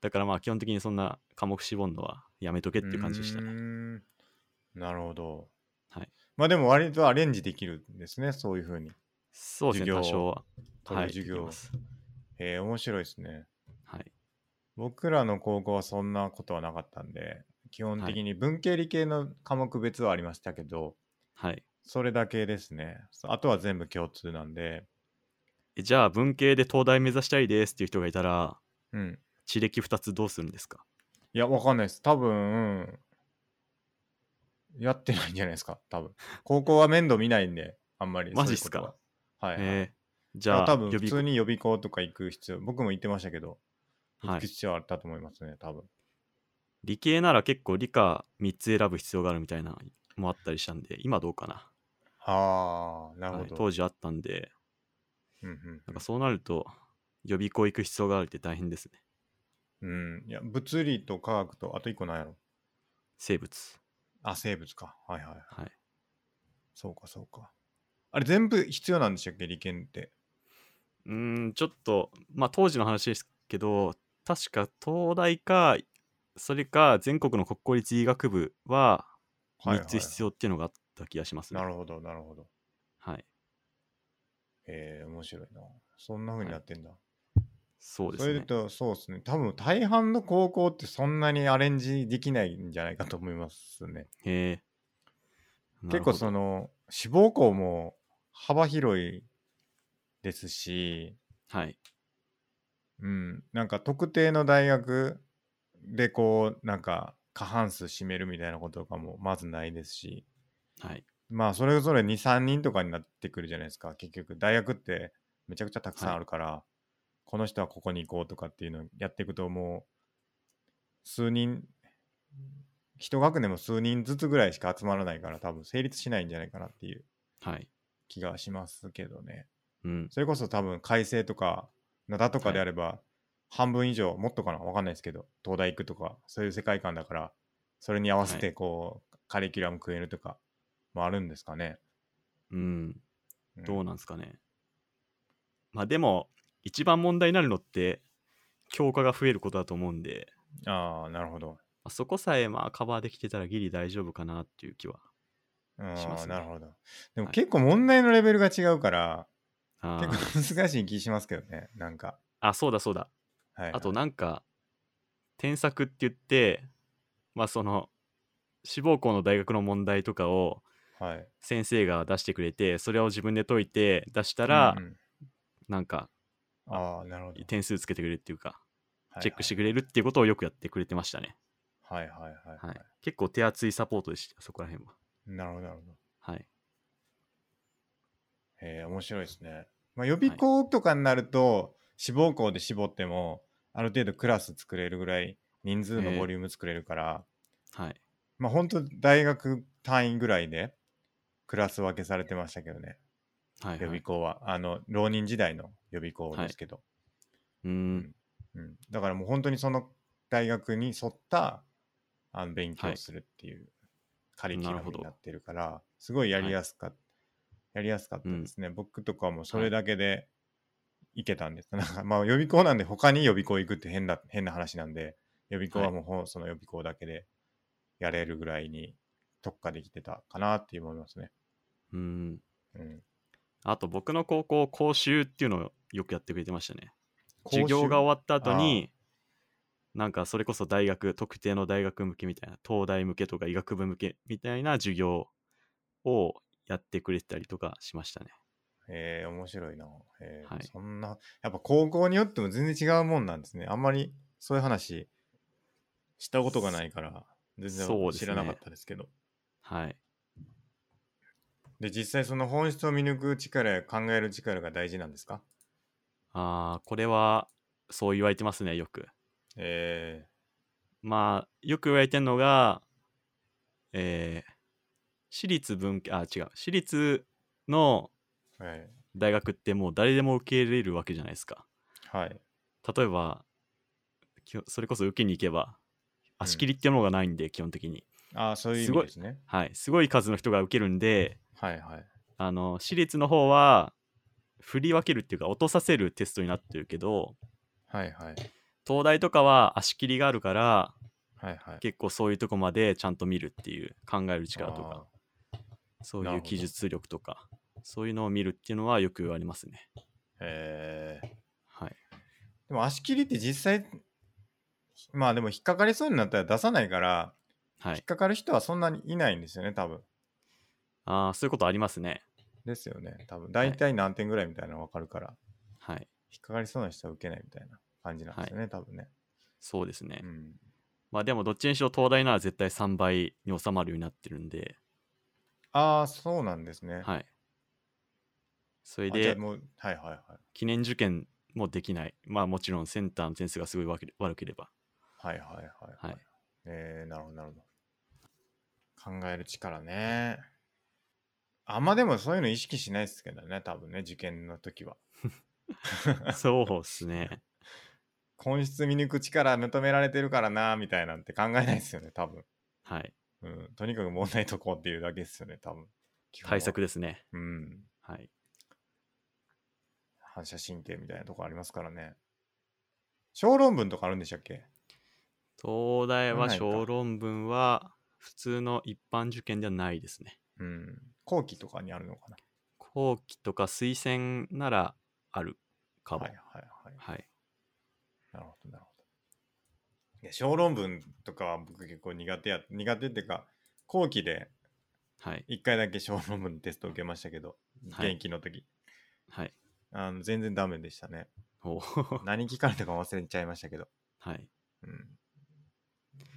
だからまあ基本的にそんな科目絞るのはやめとけっていう感じでした
うー
ね。
んなるほど。
はい。
まあでも割とアレンジできるんですね、そういうふうに。
そうですね
授業
多少は。
取
は
る
い。
授
でき
業
ま。す
へえ、面白いですね。
はい、
僕らの高校はそんなことはなかったんで、基本的に文系理系の科目別はありましたけど、
はい
それだけですね。あとは全部共通なんで、
えじゃあ文系で東大目指したいですっていう人がいたら
うん。
地歴2つどうするんですか
いや、わかんないです。多分、やってないんじゃないですか、多分。高校は面倒見ないんで、あんまり。
[laughs] マジっすか
そういうことは。はい、はい。
えーじ
じゃ
ゃ
あ
あ
多分
予
普通
備
に予備校とか行く必要僕も行ってましたけど
は
行
い
く必要はあったと思いますね、多分
理系なら結構理科3つ選ぶ必要があるみたいなのもあったりしたんで今どうかな
ああなるほ
はい
ど、
当時あったんで
うんうん
なんかそうなると予備校行く必要があるって大変ですね
うん、いや物理と科学とあと一個なんやろ
生物
あ生物かはいはい
はい
そうかそうかあれ全部必要なんでしたっけ理研って
うーんちょっとまあ当時の話ですけど確か東大かそれか全国の国公立医学部は3つ必
要
要っていうのがあった気がしますね
なるほどなるほど
はい
えー、面白いなそんな風になってんだ、
そうで
そ
す
れで
ね
言うとそうですね多分大半の高校ってそんなにアレンジできないんじゃないかと思いますね
へえ
結構その志望校も幅広いですし、
はい
うん、なんか特定の大学でこうなんか過半数占めるみたいなこととかもまずないですし
はい
まあそれぞれ23人とかになってくるじゃないですか結局大学ってめちゃくちゃたくさんあるから、この人はここに行こうとかっていうのをやっていくともう数人一学年も数人ずつぐらいしか集まらないから多分成立しないんじゃないかなっていう
はい
気がしますけどね。
うん
それこそ多分改正とか灘とかであれば半分以上もっとかなわかんないですけど東大行くとかそういう世界観だからそれに合わせ
は
てこう、カリキュラム組えるとかもあるんですかね。
うん
うん
どうなんですかね。まあでも、一番問題になるのって、教科が増えることだと思うんで、
ああなるほど。
まあそこさえまあカバーできてたらギリ大丈夫かなっていう気は。
うん
しますね
なるほど。でも
はい
結構問題のレベルが違うから、
あー
結構難しい気しますけどねなんか。
あ、そうだそうだ。
はいはい、
あとなんか、添削って言って、まあその、志望校の大学の問題とかを
はい、
先生が出してくれて、それを自分で解いて出したら
うんう、ん
なんか
ああなるほど。
点数つけてくれるっていうか、チェックして
く
くれるっていうことをよくやってくれてましたね。
はいはいはい、はい
はい、結構手厚いサポートでした、そこら辺は。
なるほどなるほど。
はい。
えー面白いですね。まあ、予備校とかになると、志望校で絞っても、ある程度クラス作れるぐらい、人数の
えー
ボリューム作れるから、
はい。
まあ本当大学単位ぐらいで、クラス分けされてましたけどね、
はい、はい。
予備校は。あの、浪人時代の予備校ですけど。
うーん。
うん、だからもう本当にその大学に沿ったあの勉強
は
を
い
するっていうカリキュ
な
ラ
るほ
ム
ど
になってるからすごいやりやすかった、やりやすかったですね、僕とかはもうそれだけでいけたんです、なんかまあ予備校なんで他に予備校行くって変な変な話なんで予備校はもうほんその予備校だけでやれるぐらいに特化できてたかなっていう思いますね、
うん。
うん、
あと僕の高校、講習っていうのをよくやってくれてましたね。
講習
授業が終わった後に、なんかそれこそ大学、特定の大学向けみたいな、東大向けとか医学部向けみたいな授業をやってくれてたりとかしましたね。
えー、面白いな、えー
はい
そんな、やっぱ高校によっても全然違うもんなんですね。あんまりそういう話したことがないから、全
そ
然
うです
知
ね
らなかったですけど。
はい。
で実際その本質を見抜く力や考える力が大事なんですか
ああ、これはそう言われてますね、よく。
え
まあ、よく言われてるのが、えー私立文系、あ、違う、私立の
ー、はい。
大学ってもう誰でも受け入れるわけじゃないですか。
はい。
例えば、きょそれこそ受けに行けば、
うん
足切りってものがないんで、基本的に。
ああ、そういう意
すご
味
い
ですね。
はい。すごい数の人が受けるんで、
はいはい。
あの、私立の方は、振り分けるっていうか、落とさせるテストになってるけど、
はいはい。
東大とかは足切りがあるから、
はいはい。
結構そういうとこまでちゃんと見るっていう、考える力とか。
あ
そう
なる
い
ほ
う
ど
技術力とか、そういうのを見るっていうのはよく言われますね。
ー。えー、
はい。
でも足切りって実際、まあでも引っかかりそうになったら出さないから、
は
引っ
い。
かかる人はそんなにいないんですよね、多分。
ああ、そういうことありますね。
ですよね。多分大体何点ぐらいみたいなの分かるから、
はい。
引っかかりそうな人は受けないみたいな感じなんですよね、多分ね。
そうですね。
うん。
まあでも、どっちにしろ東大なら絶対3倍に収まるようになってるんで、
ああ、そうなんですね。
はい。そ
あ
れ
じゃあ
で、
もう、はいはいはい。
記念受験もできない。まあもちろんセンターの点数がすごいわけ悪ければ。
はいはいはい、は [laughs]
はいい。。
えー、なるほどなるほど。考える力ね。あんまでもそういうの意識しないですけどね、多分ね、受験の時は。
そうですね。
本質見抜く力認められてるからな、みたいなんて考えないですよね、多分。
はい。
うん。とにかく問題解こうっていうだけですよね、多分。基本は
対策ですね。
うん。
はい。
反射神経みたいなとこありますからね。小論文とかあるんでしたっけ
東大は
そんなんか
小論文は普通の一般受験ではないですね。
うん。後期とかにあるのかな
後期とか推薦ならあるかも。
は
はい
はい
い。
はい。なるほど、なるほど。いや、小論文とかは僕結構苦手や、苦手っていうか、後期で
はい。
1回だけ小論文のテストを受けましたけど、
はい
現役の時。
はい。
あの全然ダメでしたね。
お [laughs]
何聞かれたか忘れちゃいましたけど。
はい。
うん。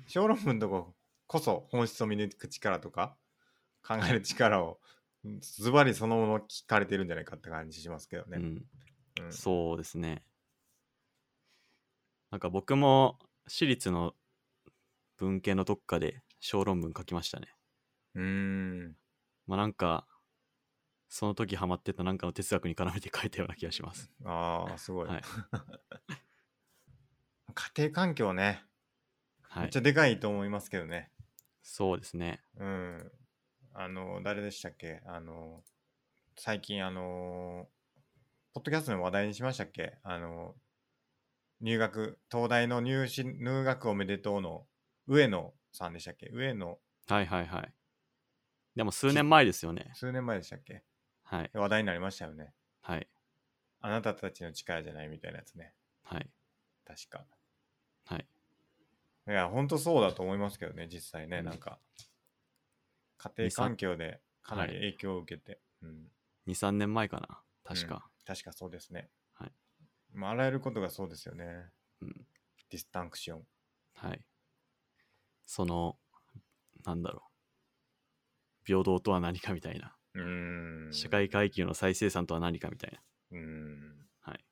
小論文のとここそ本質を見抜く力とか考える力をうんズバリそのもの聞かれてるんじゃないかって感じしますけど
う
ね。
ん。
うん
そうですね。なんか僕も私立の文系の特化で小論文書きましたね。
うーん。
まあなんか、その時ハマってたなんかの哲学に絡めて書いたような気がします。
ああ、すごい。
はい
家庭環境ね、
は
めっ
い
ち。ゃでかいと思いますけどね。
そうですね。
うん。あの、誰でしたっけあの、最近、あの、ポッドキャストの話題にしましたっけあの、入学、東大の入試、入学おめでとうの上野さんでしたっけ上野、
はいはいはい。でも数年前ですよね。
数年前でしたっけ
はい。
話題になりましたよね。
はい。
あなたたちの力じゃないみたいなやつね。
はい。
確か。
はい。
いや、ほんとそうだと思いますけどね、実際ね、
うん
なんか、家庭環境でかなり影響を受けて、うん、
2、3年前かな。確か。
確かそうですね。
はい
まあ、あらゆることがそうですよね。
うん
ディスタンクション。
はい。その、なんだろう。平等とは何かみたいな。
うーん。
社会階級の再生産とは何かみたいな。
うーん。
はい。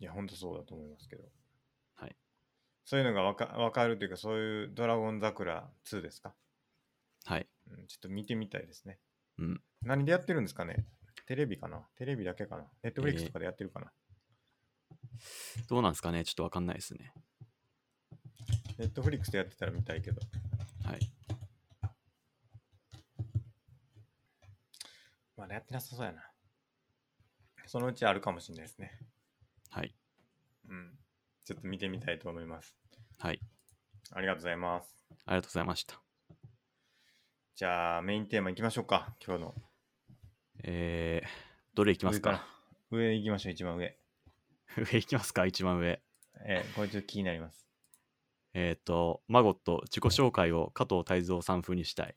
いや、ほんとそうだと思いますけど。
はい。
そういうのがわかわかるというか、そういうドラゴン桜2ですか、
はい。
うん、ちょっと見てみたいですね。
うん。
何でやってるんですかねテレビかなテレビだけかなネットフリックスとかでやってるかな、
どうなんですかねちょっとわかんないですね。
ネットフリックスでやってたら見たいけど。
はい。
まだやってなさそうやな。そのうちあるかもしれないですね。
はい。
うん。ちょっと見てみたいと思います。
はい。
ありがとうございます。
ありがとうございました。
じゃあメインテーマいきましょうか。今日の。
えー、どれいきますか
上ら。上行きましょう、一番上。
[laughs] 上いきますか一番上。
えー、これちょっと気になります。
えっ、と、マゴット、自己紹介を加藤泰造さん風にしたい。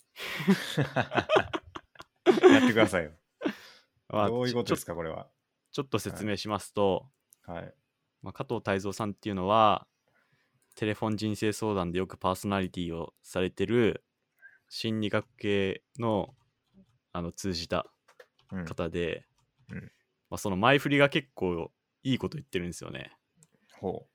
やってくださいよ。
[laughs] まあ
どういうことです
ちょ
か、これは。
ちょっと説明しますと、
はい。
まあ、加藤泰造さんっていうのは、テレフォン人生相談でよくパーソナリティをされてる心理学系のあの通じた
うん、
方で、
うんうん
まあ、その前振りが結構いいこと言ってるんですよね。
ほ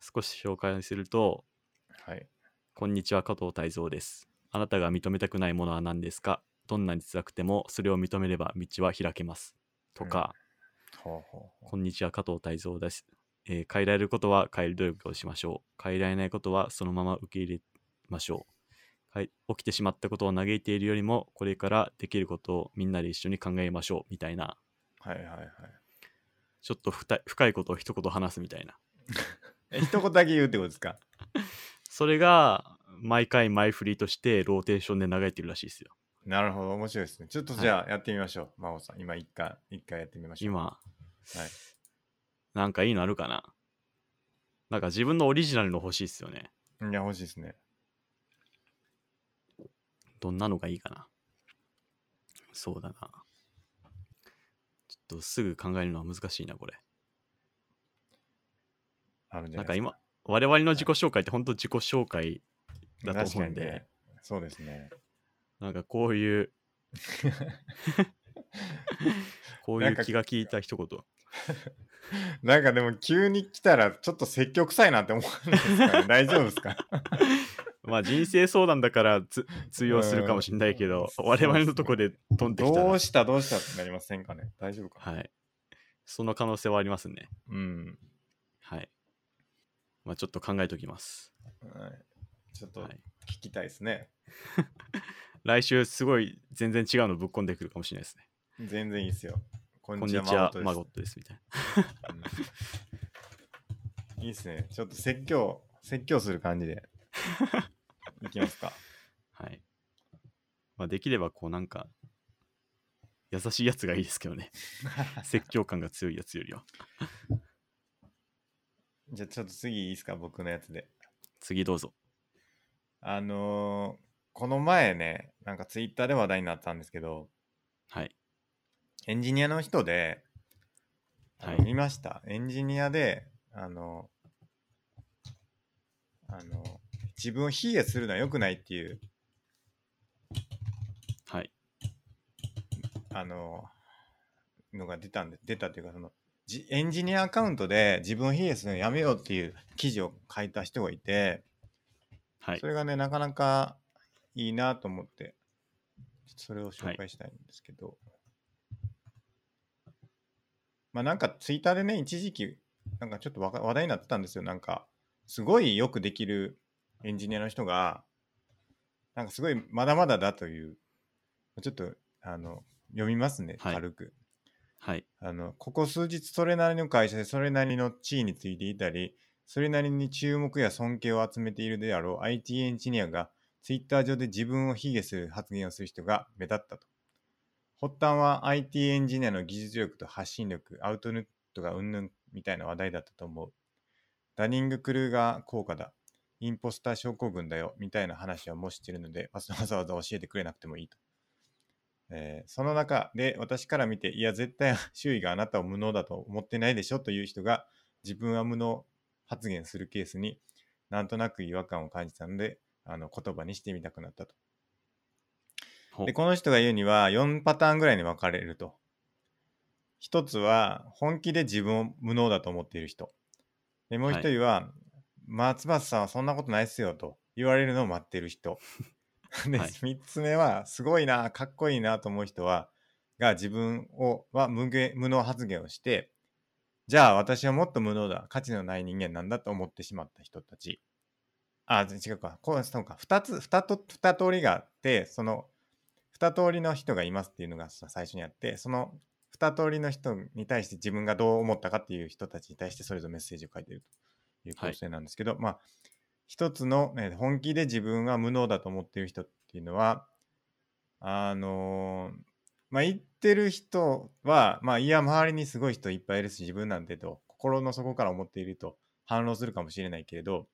少し紹介すると、
う。はい。
こんにちは加藤泰造です。あなたが認めたくないものは何ですかどんなに辛くてもそれを認めれば道は開けます。とか、
ほうほうほ
こんにちは加藤泰造です、えー変えられることは変える努力をしましょう。変えられないことはそのまま受け入れましょう。はい、起きてしまったことを嘆いているよりも、これからできることをみんなで一緒に考えましょうみたいな、
う。はいはいはい。
ちょっとふた深いことを一言話すみたいな。
え、一言だけ言うってことですか [laughs]
それが毎回前振りとしてローテーションで流れてるらしいですよ。
なるほど、面白いですね。ちょっとじゃあやってみましょう。真帆さん、今一回、一回やってみましょう。
今、
い
なんかいいのあるかななんか自分のオリジナルの欲しいっすよね。
いや、欲しいですね。
どんなのがいいかなそうだな。ちょっとすぐ考えるのは難しいな、これ。
あるんじゃ
な
な
んか
いです
今、我々の自己紹介って本当自己紹介
か。
だと思うん
確かに
で
ね、そうですね。
なんかこ
[laughs]
ういう、こうい
なん
う
か
気が利いた一言。
なんかでも急に来たらちょっと積極臭いなって思わないです
[laughs]
か、ね、大丈夫ですか
まあ人生相談だから
[laughs]
つ通用するかもしれないけど、
うん
我々のとこで飛んできた
ど
ら
う、したどうしたってなりませんかね大丈夫かな
はい。その可能性はありますね。
うん。
はい。まあちょっと考えておきます。
はい、ちょっと
はい、
聞きたいですね。
来週すごい全然違うのぶっ込んでくるかもしれないですね。
全然いいですよ。こん
こん
に
に
ち
ち
は、
は、
マ
マ
ゴ
ゴ
ッ
ットですみたいな。
トですうんいいですね。ちょっと説教、説教する感じで。いきますか。
はい。まあできればこうなんか、優しいやつがいいですけ
[laughs]
どね。説教感が強いやつよりは。
じゃあちょっと次いいですか、僕のやつで。
次どうぞ。
あのーこの前ね、なんかツイッターで話題になったんですけど、
はい。
エンジニアの人で、あの
はい
見ました。エンジニアで、あの、あの、自分を卑下するのは良くないっていう、
はい。
あの、のが出たんで、出たっていうか、その、じエンジニアアカウントで自分を卑下するのやめようっていう記事を書いた人がいて、
はい
そ。れがね、なかなかいいなと思って、それを紹介したいんですけど、まあなんかツイッターでね、一時期、なんかちょっとわか話題になってたんですよ。なんか、すごいよくできるエンジニアの人が、なんかすごいまだまだだという、ちょっと、あの、読みますね、
はい
軽く。
はい。
あのここ数日それなりの会社でそれなりの地位についていたりそれなりに注目や尊敬を集めているであろう IT エンジニアが Twitter 上で自分を卑下する発言をする人が目立ったと発端は IT エンジニアの技術力と発信力アウトヌットがうんぬんみたいな話題だったと思うダニング・クルーガー効果だインポスター症候群だよみたいな話はもうしてるのでわざわざ教えてくれなくてもいいとえーその中で私から見て、いや、絶対周囲があなたを無能だと思ってないでしょという人が自分は無能発言するケースになんとなく違和感を感じたので、あの言葉にしてみたくなったと。
ほう
で、この人が言うには4パターンぐらいに分かれると。一つは本気で自分を無能だと思っている人。で、もう一人は、松橋さんはそんなことないっすよと言われるのを待ってる人。 [laughs] で、
はい
三つ目は、すごいな、かっこいいなと思う人は、が自分をは無限無能発言をして、じゃあ私はもっと無能だ、価値のない人間なんだと思ってしまった人たち。あ、違うか。こう、そうか。二つ、二と、二通りがあって、その、二通りの人がいますっていうのがさ最初にあって、その二通りの人に対して自分がどう思ったかっていう人たちに対してそれぞれメッセージを書いてるという構成なんですけど、まあ、一つの、ね、本気で自分は無能だと思っている人っていうのは、あのーまあ、言ってる人は、まあ、いや、周りにすごい人いっぱいいるし、自分なんてと、心の底から思っていると反論するかもしれないけれど、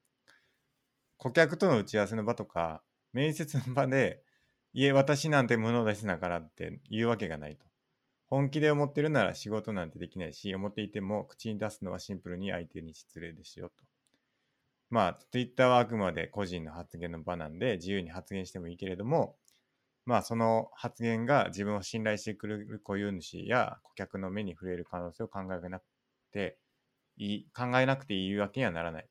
顧客との打ち合わせの場とか、面接の場で、いえ、私なんて無能だしなからって言うわけがないと。本気で思ってるなら仕事なんてできないし、思っていても口に出すのはシンプルに相手に失礼ですよと。まあ、Twitter はあくまで個人の発言の場なんで、自由に発言してもいいけれども、まあ、その発言が自分を信頼してくれる固有主や顧客の目に触れる可能性を考えなくていい、考えなくていいわけにはならない。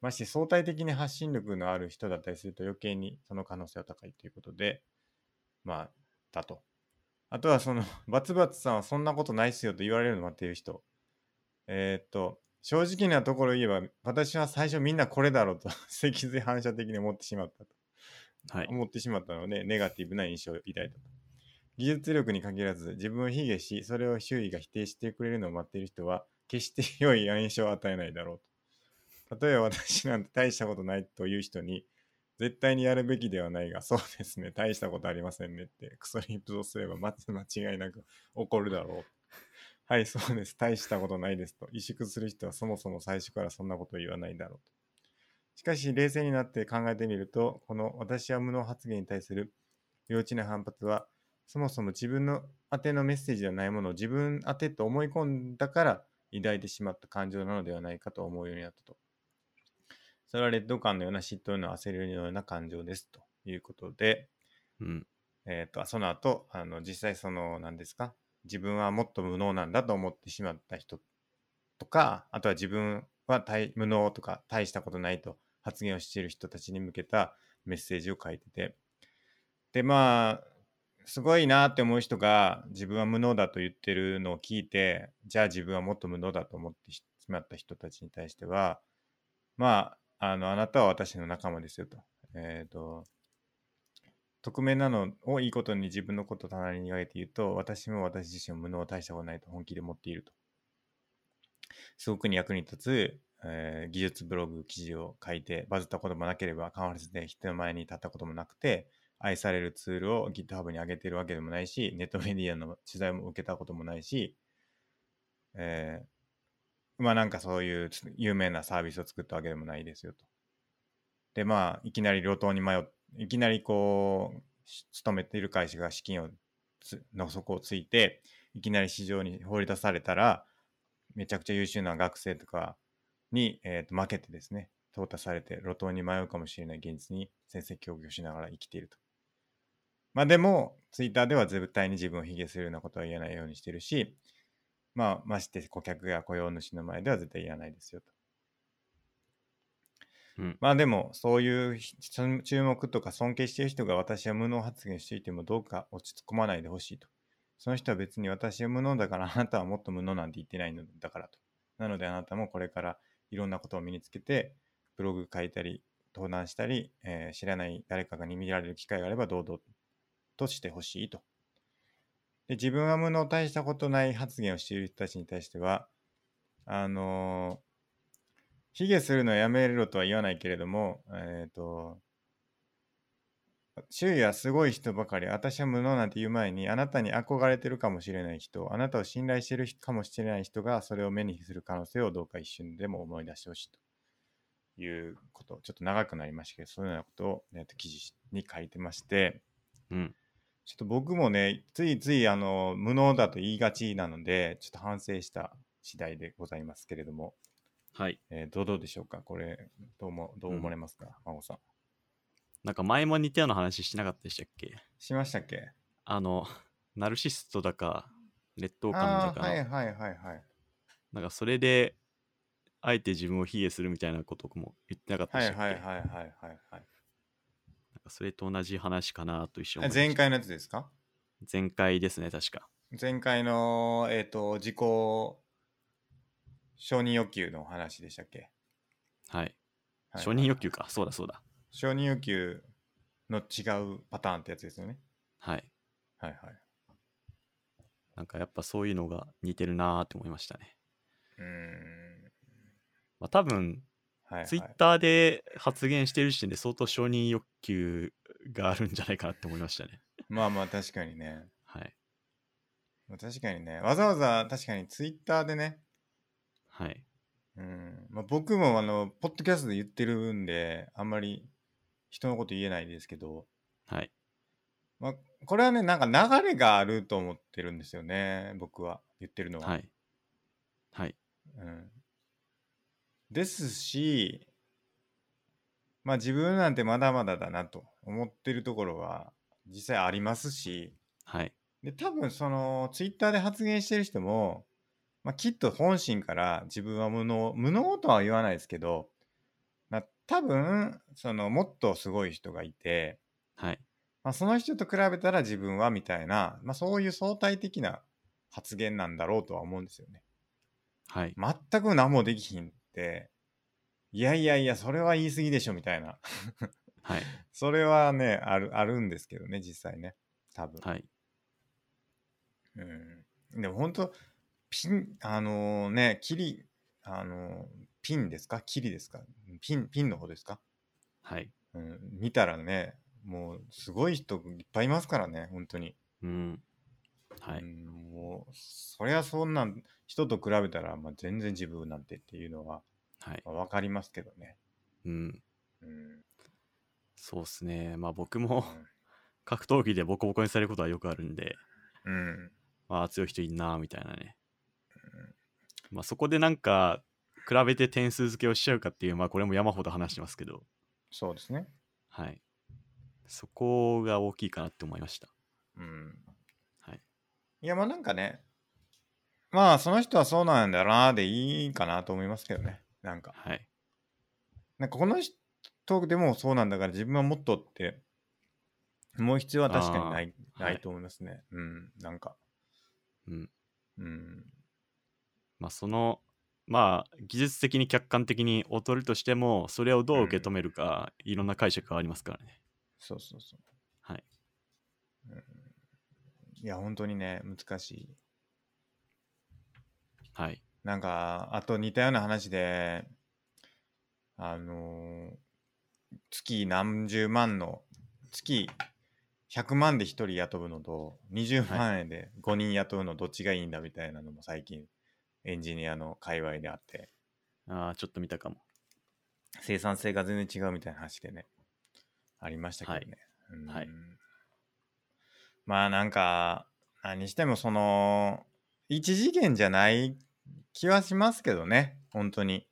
まして相対的に発信力のある人だったりすると余計にその可能性は高いということで、まあ、だと。あとはその、 [laughs] バツバツさんはそんなことないっすよと言われるの待っている人。えーっと、正直なところ言えば、私は最初みんなこれだろうと [laughs] 脊髄反射的に思ってしまったと。
はい。
思ってしまったので、ネガティブな印象を抱いたと。技術力に限らず、自分を卑下し、それを周囲が否定してくれるのを待っている人は、決して [laughs] 良い印象を与えないだろうと。例えば私なんて大したことないという人に、絶対にやるべきではないが、そうですね、大したことありませんねって、クソリップをすれば、まず間違いなく怒るだろう。はい、そうです、大したことないですと。萎縮する人はそもそも最初からそんなことを言わないだろうと。しかし、冷静になって考えてみると、この私は無能発言に対する幼稚な反発は、そもそも自分の宛てのメッセージではないものを自分宛てと思い込んだから抱いてしまった感情なのではないかと思うようになったと。それは劣等感のような嫉妬のような焦りのような感情ですということで、
うん。
えー、とその後あの実際その何ですか自分はもっと無能なんだと思ってしまった人とかあとは自分は大無能とか大したことないと発言をしている人たちに向けたメッセージを書いててでまあすごいなって思う人が自分は無能だと言ってるのを聞いてじゃあ自分はもっと無能だと思ってしまった人たちに対してはまああのあなたは私の仲間ですよと。えー、と匿名なのをいいことに自分のことを隣に挙げて言うと、私も私自身も無能を大したことないと本気で持っていると。すごくに役に立つ、えー技術ブログ記事を書いて、バズったこともなければ、カンファレンスで人の前に立ったこともなくて、愛されるツールを GitHub に上げてるわけでもないし、ネットメディアの取材も受けたこともないし、えーまあなんかそういうつ有名なサービスを作ったわけでもないですよと。でまあいきなり路頭に迷っいきなりこうし勤めている会社が資金をつの底をついていきなり市場に放り出されたらめちゃくちゃ優秀な学生とかに、えーと負けてですね淘汰されて路頭に迷うかもしれない現実に先生協業しながら生きていると。まあでもツイッターでは絶対に自分を卑下するようなことは言えないようにしてるしまあまして顧客や雇用主の前では絶対言わないですよと。
うん。
まあでも、そういうひ注注目とか尊敬している人が私は無能発言していてもどうか落ち込まないでほしいと。その人は別に私は無能だからあなたはもっと無能なんて言ってないのだからと。なのであなたもこれからいろんなことを身につけて、ブログ書いたり、登壇したり、えー知らない誰かに見られる機会があれば堂々としてほしいと。で自分は無能大したことない発言をしている人たちに対しては、あのー卑下するのはやめろとは言わないけれども、えっ、と、周囲はすごい人ばかり、私は無能なんて言う前に、あなたに憧れてるかもしれない人、あなたを信頼してるかもしれない人が、それを目にする可能性をどうか一瞬でも思い出してほしいということ、ちょっと長くなりましたけど、そういうようなことを、えーと記事に書いてまして、
うん。
ちょっと僕もね、ついついあの無能だと言いがちなので、ちょっと反省した次第でございますけれども、
はい。
えー、どうどうでしょうかこれ、どうも、どう思われますか、孫さん。
なんか前も似たような話してなかったでしたっけ
しましたっけ
あの、 [laughs] ナルシストだか、劣等感だ
ああ
か
ー、
の、
はいはいはいはい。
なんかそれで、あえて自分を卑下するみたいなことも言ってなかった
は
で
い
したっけ、
はいはいはいはい
なんかそれと同じ話かなと一緒
はい。前回のやつですか
前回ですね、確か。
前回の、えっ、と、自己承認欲求の話でしたっけ
はい。
はい
承認欲求か。そうだそうだ。
承認欲求の違うパターンってやつですよね。
はい。
はいはい。
なんかやっぱそういうのが似てるなーって思いましたね。
うーん。
まあ多分、
はい、はい。
ツイッターで発言してる時点で相当承認欲求があるんじゃないかなって思いましたね。
まあまあ確かにね。
はい。
確かにね。わざわざ確かにツイッターでね。
はい。
うん。まあ、僕もあの、ポッドキャストで言ってるんで、あんまり人のこと言えないですけど、
はい。
まあ、これはね、なんか流れがあると思ってるんですよね。僕は言ってるのは。
はい。はい。
うんですし、まあ自分なんてまだまだだなと思ってるところは実際ありますし、
はい。
で、多分そのツイッターで発言してる人も、まあきっと本心から自分は無能、無能とは言わないですけど、まあ多分そのもっとすごい人がいて、
はい。
まあその人と比べたら自分はみたいな、まあそういう相対的な発言なんだろうとは思うんですよね。
はい。
全く何もできひんって、いやいやいや、それは言い過ぎでしょみたいな。 [laughs]
はい。
それはね、ある、あるんですけどね、実際ね。多分。
はい。
うん。でも本当ピン、あのね、キリ、あのーピンですかキリですかピン、ピンの方ですか
はい。
うん。見たらね、もうすごい人いっぱいいますからね、本当に。
うん。は
う
い。
ん、もう、そりゃそんなん人と比べたら、まあ、全然自分なんてっていうのは、
はい。
まあわかりますけどね。
うん。
うん。
そうっすね。まあ僕も [laughs]
うん
格闘技でボコボコにされることはよくあるんで、
うん。
まあ強い人いんなーみたいなね。まあそこでなんか、比べて点数付けをしちゃうかっていう、まあこれも山ほど話してますけど、
そうですね。
はい。そこが大きいかなって思いました。
うん。
はい。
いや、まあなんかね、まあその人はそうなんだなーでいいかなと思いますけどね。なんか、
はい。
なんかこの人でもそうなんだから自分はもっとって、思う必要は確かにない
あー
な
はい
いと思いますね。うん。なんか、
うん。
うん。
まあその、まあ技術的に客観的に劣るとしても、それをどう受け止めるか、いろんな解釈がありますからね。
そうそうそう。
はい。
いや、本当にね、難しい。
はい。
なんか、あと似たような話で、あのー月何十万の、月100万で1人雇うのと、20万円で5人雇うのどっちがいいんだみたいなのも最近、エンジニアの界隈であって、
ああ、ちょっと見たかも。
生産性が全然違うみたいな話でね、ありましたけどね。うん
はい
まあなんか、何してもその、一次元じゃない気はしますけどね、本当に。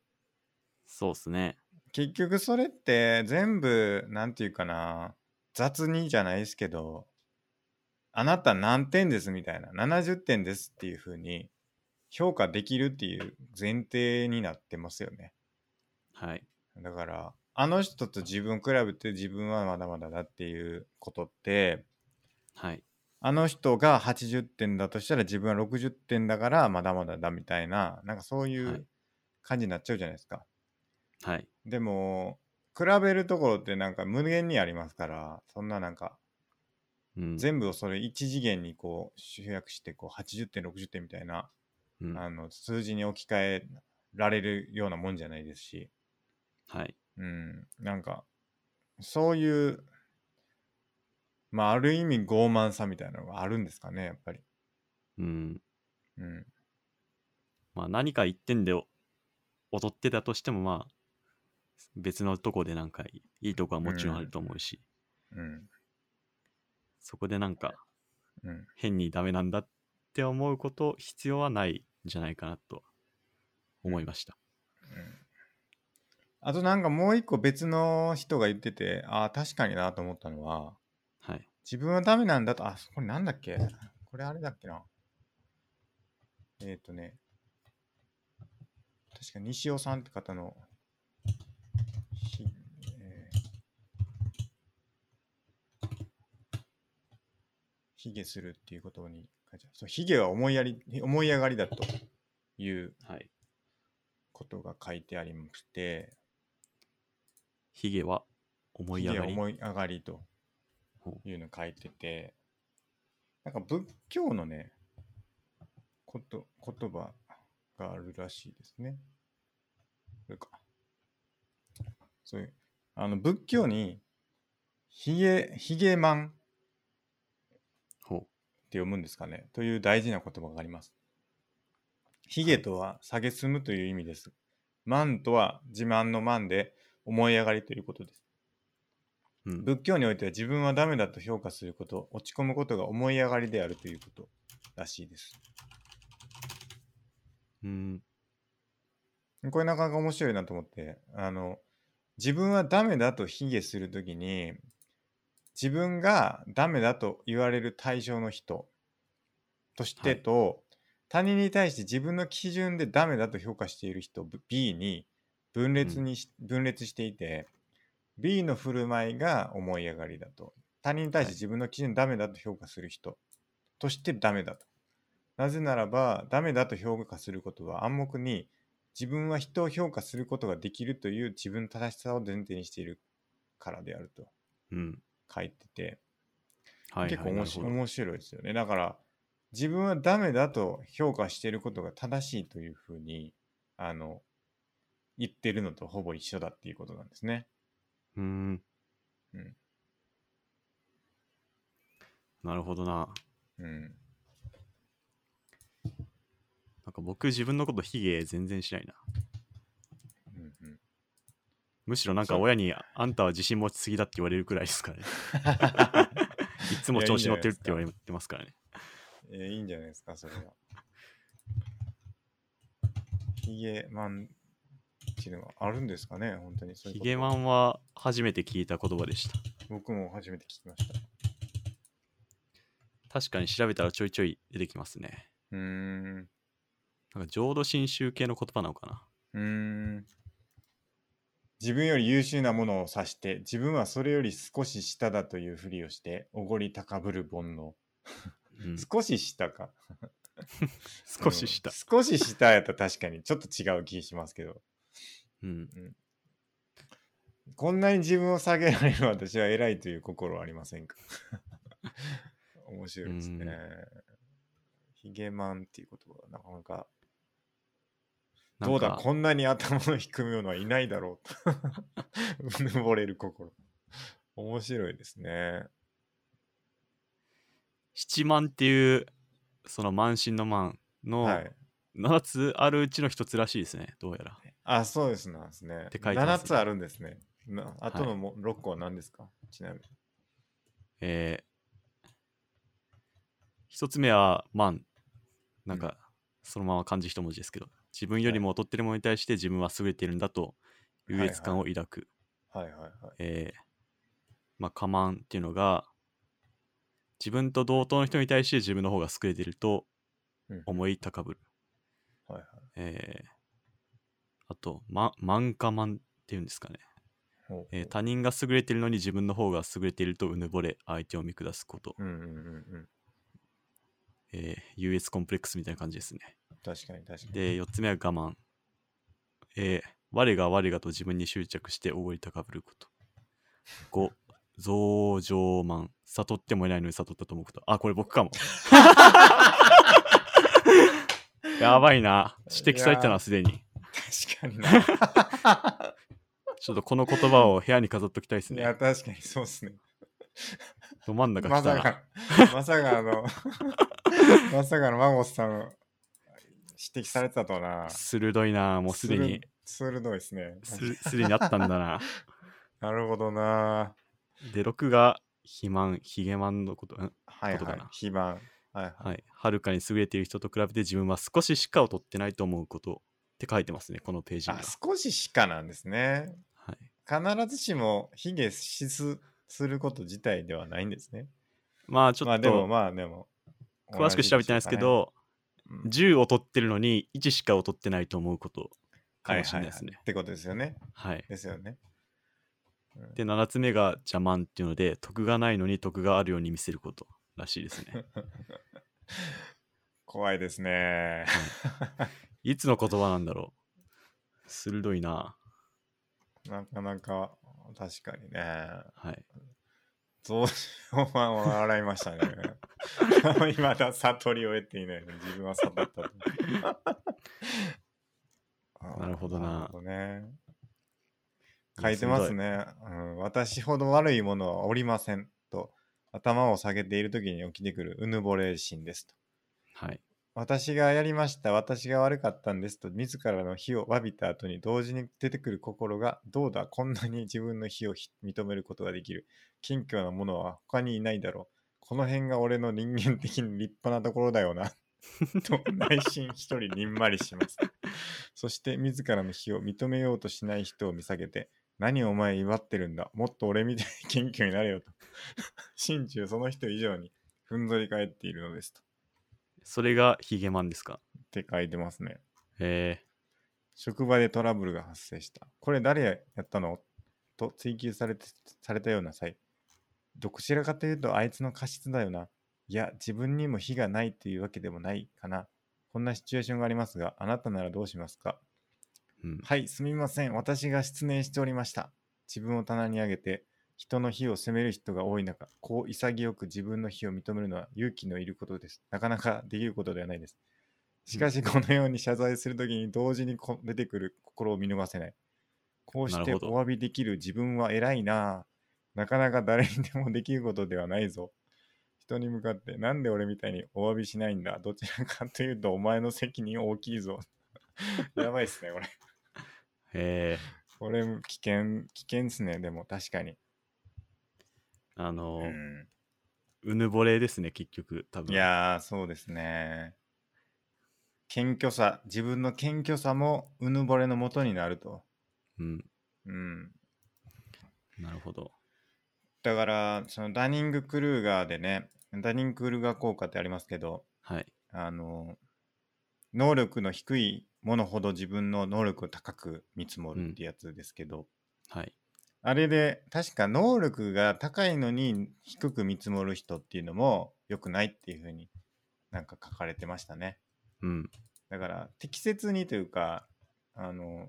そうっすね。
結局それって全部なんていうかな雑にじゃないですけどあなた何点ですみたいな70点ですっていう風に評価できるっていう前提になってますよね
はい。
だからあの人と自分を比べて自分はまだまだだっていうことって
はい。
あの人が80点だとしたら自分は60点だからまだまだだみたいななんかそうい
はいう
感じになっちゃうじゃないですか、
はい。
でも比べるところってなんか無限にありますからそんななんか
うん。
全部をそれ一次元にこう集約してこう80点60点みたいな、
うん
あの数字に置き換えられるようなもんじゃないですし
はい。
うんなんかそういうまあある意味傲慢さみたいなのがあるんですかねやっぱり
うん。
うん
まあ何か一点でお劣ってたとしても、まあ、別のとこでなんかいいいとこはもちろんあると思うし、
うん
そこでなんか
うん
変にダメなんだって思うこと必要はないんじゃないかなと思いました。
あとなんかもう一個別の人が言っててああ確かになと思ったのは
はい。
自分はダメなんだと、あ、これなんだっけこれあれだっけなえっ、ー、とね、確か西尾さんって方の、ひえヒゲするっていうことに書いてある。そう、ヒゲは思いやり、思い上がりだという
はい。
ことが書いてありまして、
ヒゲは思い上がり。
思い上がりと
ほ
いうの書いてて、なんか仏教のね、こと言葉があるらしいですね。これか。そういう、あの仏教に、ヒゲ、ヒゲマンっ
ほ
て読むんですかねという大事な言葉があります。ヒゲとは下げすむという意味です。マンとは自慢のマンで思い上がりということです。
う。うん。
仏教においては自分はダメだと評価すること落ち込むことが思い上がりであるということらしいです
うん。
これなかなか面白いなと思ってあの自分はダメだと卑下するときに自分がダメだと言われる対象の人としてと、他人に対して自分の基準でダメだと評価している人 B に分裂にし、分裂していて B の振る舞いが思い上がりだと他人に対して自分の基準ダメだと評価する人としてダメだと。なぜならばダメだと評価することは暗黙に自分は人を評価することができるという自分の正しさを前提にしているからであると
うん。
書いてて
はい、はい。
結構面白い
なる
面白いですよねだから自分はダメだと評価していることが正しいというふうにあの言ってるのとほぼ一緒だっていうことなんですね。
ほどうん。
うん
なるほどな。
うん、
なんか僕自分のことヒゲ全然しないな。
うん
[laughs]
うん
むしろなんか
そう
親にあんたは自信持ちすぎだって言われるくらいで
[laughs]
すからね。いつも調子乗ってるって言われてますからね。
えーいいんじゃないですか、それは。ヒゲマンっていうのがあるんですかね、本当にそういう
ヒ
こと。
ゲマンは初めて聞いた言葉でした。
僕も初めて聞きました。
確かに調べたらちょいちょい出てきますね。
うーん。
なんか浄土真宗系の言葉なのかな。
うーん。自分より優秀なものを指して、自分はそれより少し下だというふりをして、おごり高ぶる煩悩。
うん、
少し下か。
少しした
うん。少し下やったら確かにちょっと違う気しますけど。
うん、
こんなに自分を下げられる私は偉いという心はありませんか [laughs] 面白いですね
うん。
ヒゲマンっていう言葉はなかなか、
なんか
どうだ、こんなに頭の低むようのはいないだろうと。う [laughs] ぬぼれる心。面白いですね。
七万っていうその満身の満の
はい。
7つあるうちの1つらしいですね、どうやら。
あ、そうですなんですね。
て書いてます
7つあるんですね。なあとのも、6個は何ですかちなみに。
え1つ目は満。なん
う
かそのまま漢字一文字ですけど、自分よりも劣ってるものに対して自分は優れてるんだと優越感を抱く。
はいはいはい。
えーまあ、我慢っていうのが、自分と同等の人に対して自分の方が優れてると
うん
思い高ぶる。
はいはい。
えーあと、ま、満か満っていうんですかね、
ほう
えー他人が優れてるのに自分の方が優れてるとうぬぼれ、相手を見下すこと、
うんうんうんうん。
えー優越コンプレックスみたいな感じですね。
確かに確かに。
で、4つ目は我慢。えー我が我がと自分に執着しておごり高ぶること。5、増上満。悟ってもいないのに悟ったと思うこと。あ、これ
[laughs]
僕かも。やばいな。指摘されてた
いや
な、
ー
すでに。
確かにな。
ちょっとこの言葉を部屋に飾っときたいです
い
ね
や、。確かにそうですね。
ど真ん中
ま
来た
さ
な。
か、まさかあ
[laughs]
の、まさかのマゴスさんの指摘されてたとはな。
鋭いな、もうすでに。
鋭鋭いですね。
すすでにあったんだ
[laughs]
な。
なるほどな。
で、6が肥満、ヒゲマンのこと。ん
はい
こ
は
とだ
い
な。
肥満。はいはい。
はい、はるかに優れている人と比べて自分は少ししか劣ってないと思うことって書いてますね、このページには
あ、。少ししかなんですね。
はい、
必ずしも卑下しすすること自体ではないんですね。
まあち
ま
ょ
あ
っ
でも
と
まあでも。
詳しく調べてないですけど、
同じでしょうかね、
10を取ってるのに1しか劣ってないと思うことか
はい
もし
は
れ
い
ない
はい。
ですね
っ。てことですよね。
はい、
ですよね。うん
で、7つ目が邪魔っていうので、得がないのに得があるように見せることらしいですね。
怖いですね。
いつの言葉なんだろう。鋭いな。
なかなか確かにね。
はい。
増殖は笑いましたね。 [laughs] 今だ悟りを得ていないのに自分は悟ったと。あー
[laughs] なるほどな
なるほどね。書いてますね、うん。私ほど悪いものはおりませんと。頭を下げている時に起きてくるうぬぼれ心ですと。
はい。
私がやりました、私が悪かったんですと、自らの非を詫びた後に同時に出てくる心が、どうだ、こんなに自分の非をひ認めることができる。謙虚なものは他にいないだろう。この辺が俺の人間的に立派なところだよな。と内心一人にんまりします。そして自らの非を認めようとしない人を見下げて、何お前祝ってるんだ。もっと俺みたいに謙虚になれよと。心中その人以上にふんぞり返っているのですと。
それがヒゲマンですか
って書いてますね。
へえ。
職場でトラブルが発生した。これ誰やったのと追及されてされたような際。どちらかというとあいつの過失だよな。いや、自分にも非がないというわけでもないかな。こんなシチュエーションがありますが、あなたならどうしますか
うん。
はい、すみません。私が失念しておりました。自分を棚に上げて、人の非を責める人が多い中、こう潔く自分の非を認めるのは勇気のいることです。なかなかできることではないです。しかし、このように謝罪するときに同時にこ出てくる心を見逃せない。こうし
な
て
る
お
ほど
詫びできる自分は偉いなあなかなか誰にでもできることではないぞ。人に向かって、なんで俺みたいにお詫びしないんだどちらかというと、お前の責任大きいぞ。やばいっすね、これ。
へえ。
これ危険危険ですねでも確かに、
あの
う
ー、
ん、
うぬぼれですね、結局、多分。
いやーそうですね謙虚さ自分の謙虚さもうぬぼれのもとになると、
うん。
うん、
なるほど。
だからそのダニング・クルーガーでねダニング・クルーガー効果ってありますけど
はい。
あの能力の低いものほど自分の能力を高く見積もるってやつですけど、
はい。
あれで確か能力が高いのに低く見積もる人っていうのも良くないっていう風になんか書かれてましたね。
うん。
だから適切にというかあの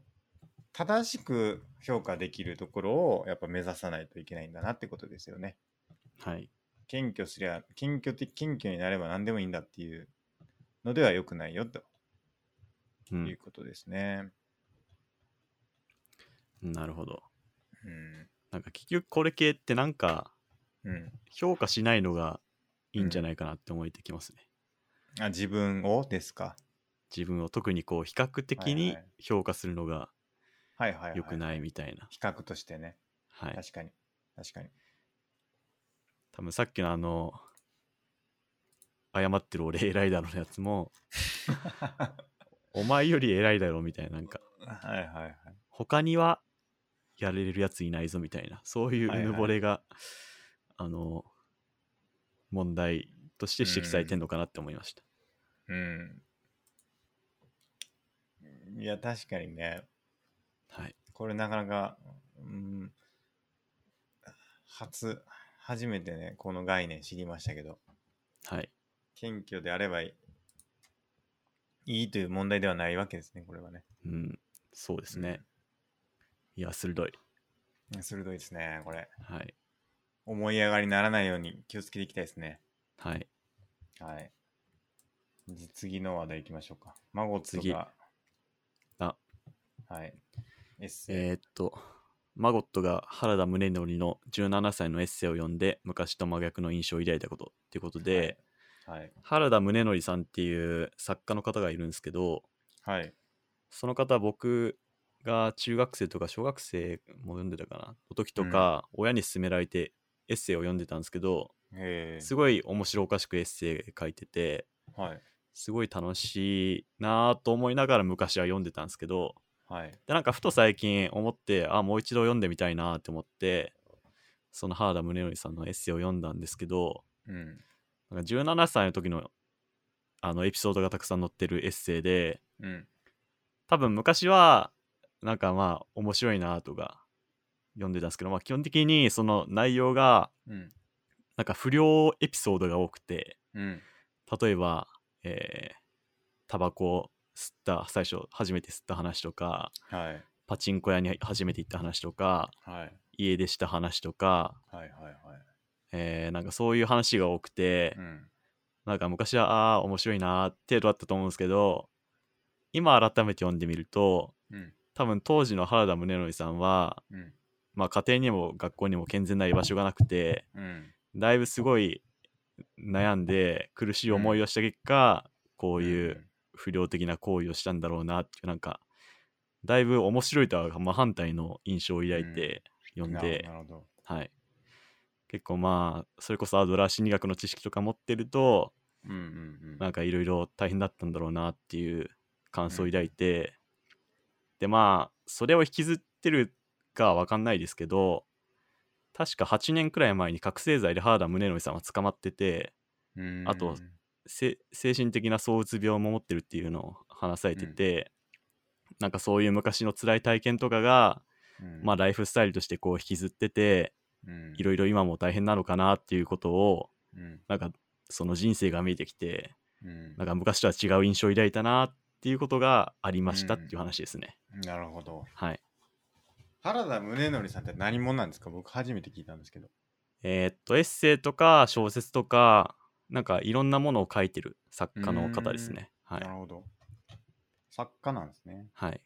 正しく評価できるところをやっぱ目指さないといけないんだなってことですよね。
はい。
謙虚すりゃ謙虚的謙虚になれば何でもいいんだっていうのでは良くないよと
う。
いうんことですね。
なるほど。
うん。
なんか結局これ系ってなんか
うん。
評価しないのがいいんじゃないかなって思えてきますね。
あ自分をですか。
自分を特にこう比較的
はい
に
はい
評価するのが
はいはい、はい。
良くないみたいな。
比較としてね。
はい。
確かに。確かに。
多分さっきのあの、謝ってる俺偉いだろのやつも、お前より偉いだろみたいな、なんか、
はいはいはい。
他にはやれるやついないぞみたいな、そういう
はいうはい
ぬぼれが、あの、問題として指摘されてんのかなって思いました。
うん。いや、確かにね、
はい。
これなかなか、うん、初、初めてね、この概念知りましたけど、
はい。
謙虚であればいいいいという問題ではないわけですね、これはね。
うん、そうですね。いや、鋭い。
うん。鋭いですね、これ。
はい。
思い上がりにならないように気をつけていきたいですね。
はい。
はい。じ次の話題いきましょうか。孫と
次
か。
あ。
はい。エッセイ
えーっと、マゴットが原田宗則の17歳のエッセイを読んで、昔と真逆の印象を抱いたことっていうことで、
はい。
原田宗則さんっていう作家の方がいるんですけど、
はい。
その方、僕が中学生とか小学生も読んでたかな、の時とか、親に勧められてエッセイを読んでたんですけど、
え
すごい面白おかしくエッセイ書いてて、
ー、はい。
すごい楽しいなぁと思いながら昔は読んでたんですけど、
はい。
でなんかふと最近思ってあもう一度読んでみたいなって思ってその原田宗則さんのエッセイを読んだんですけど
うん。
なんか17歳の時のあのエピソードがたくさん載ってるエッセイで
うん。
多分昔はなんかまあ面白いなとか読んでたんですけど、まあ、基本的にその内容が
うん。
なんか不良エピソードが多くて
うん。
例えば、えータバコを吸った最初初めて吸った話とか
はい。
パチンコ屋に初めて行った話とか
はい。
家出した話とか、
はいはいはい。
えーなんかそういう話が多くて、
うん。
なんか昔はああー面白いなー程度だったと思うんですけど今改めて読んでみると
うん。
多分当時の原田宗則さんは、
うん。
まあ、家庭にも学校にも健全な居場所がなくて
うん。
だいぶすごい悩んで苦しい思いをした結果、こ
こ
ういう。不良的な行為をしたんだろうなっていうなんかだいぶ面白いとは真反対の印象を抱いて読ん
な
で、
なるほど。
はい、結構まあそれこそアドラー心理学の知識とか持ってると
うんうんう。
なんんかいろいろ大変だったんだろうなっていう感想を抱いて、でまあそれを引きずってるかわかんないですけど確か8年くらい前に覚醒剤で原田宗則さんは捕まってて
うん
あとせ精神的な躁うつ病も持ってるっていうのを話されてて、なんかそういう昔の辛い体験とかが、まあ、ライフスタイルとしてこう引きずっててい
い
ろいろ今も大変なのかなっていうことを
ろ。うん
なんかその人生が見えてきて
うん
なんか昔とは違う印象を抱いたなっていうことがありましたっていううん話ですね。
なるほど。
はい。
原田宗則さんって何者なんですか僕初めて聞いたんですけど。
えーっと、エッセイとか小説とか、なんかいろんなものを書いてる作家の方ですね。は
ないる。ほど。作家なんですね。
はい。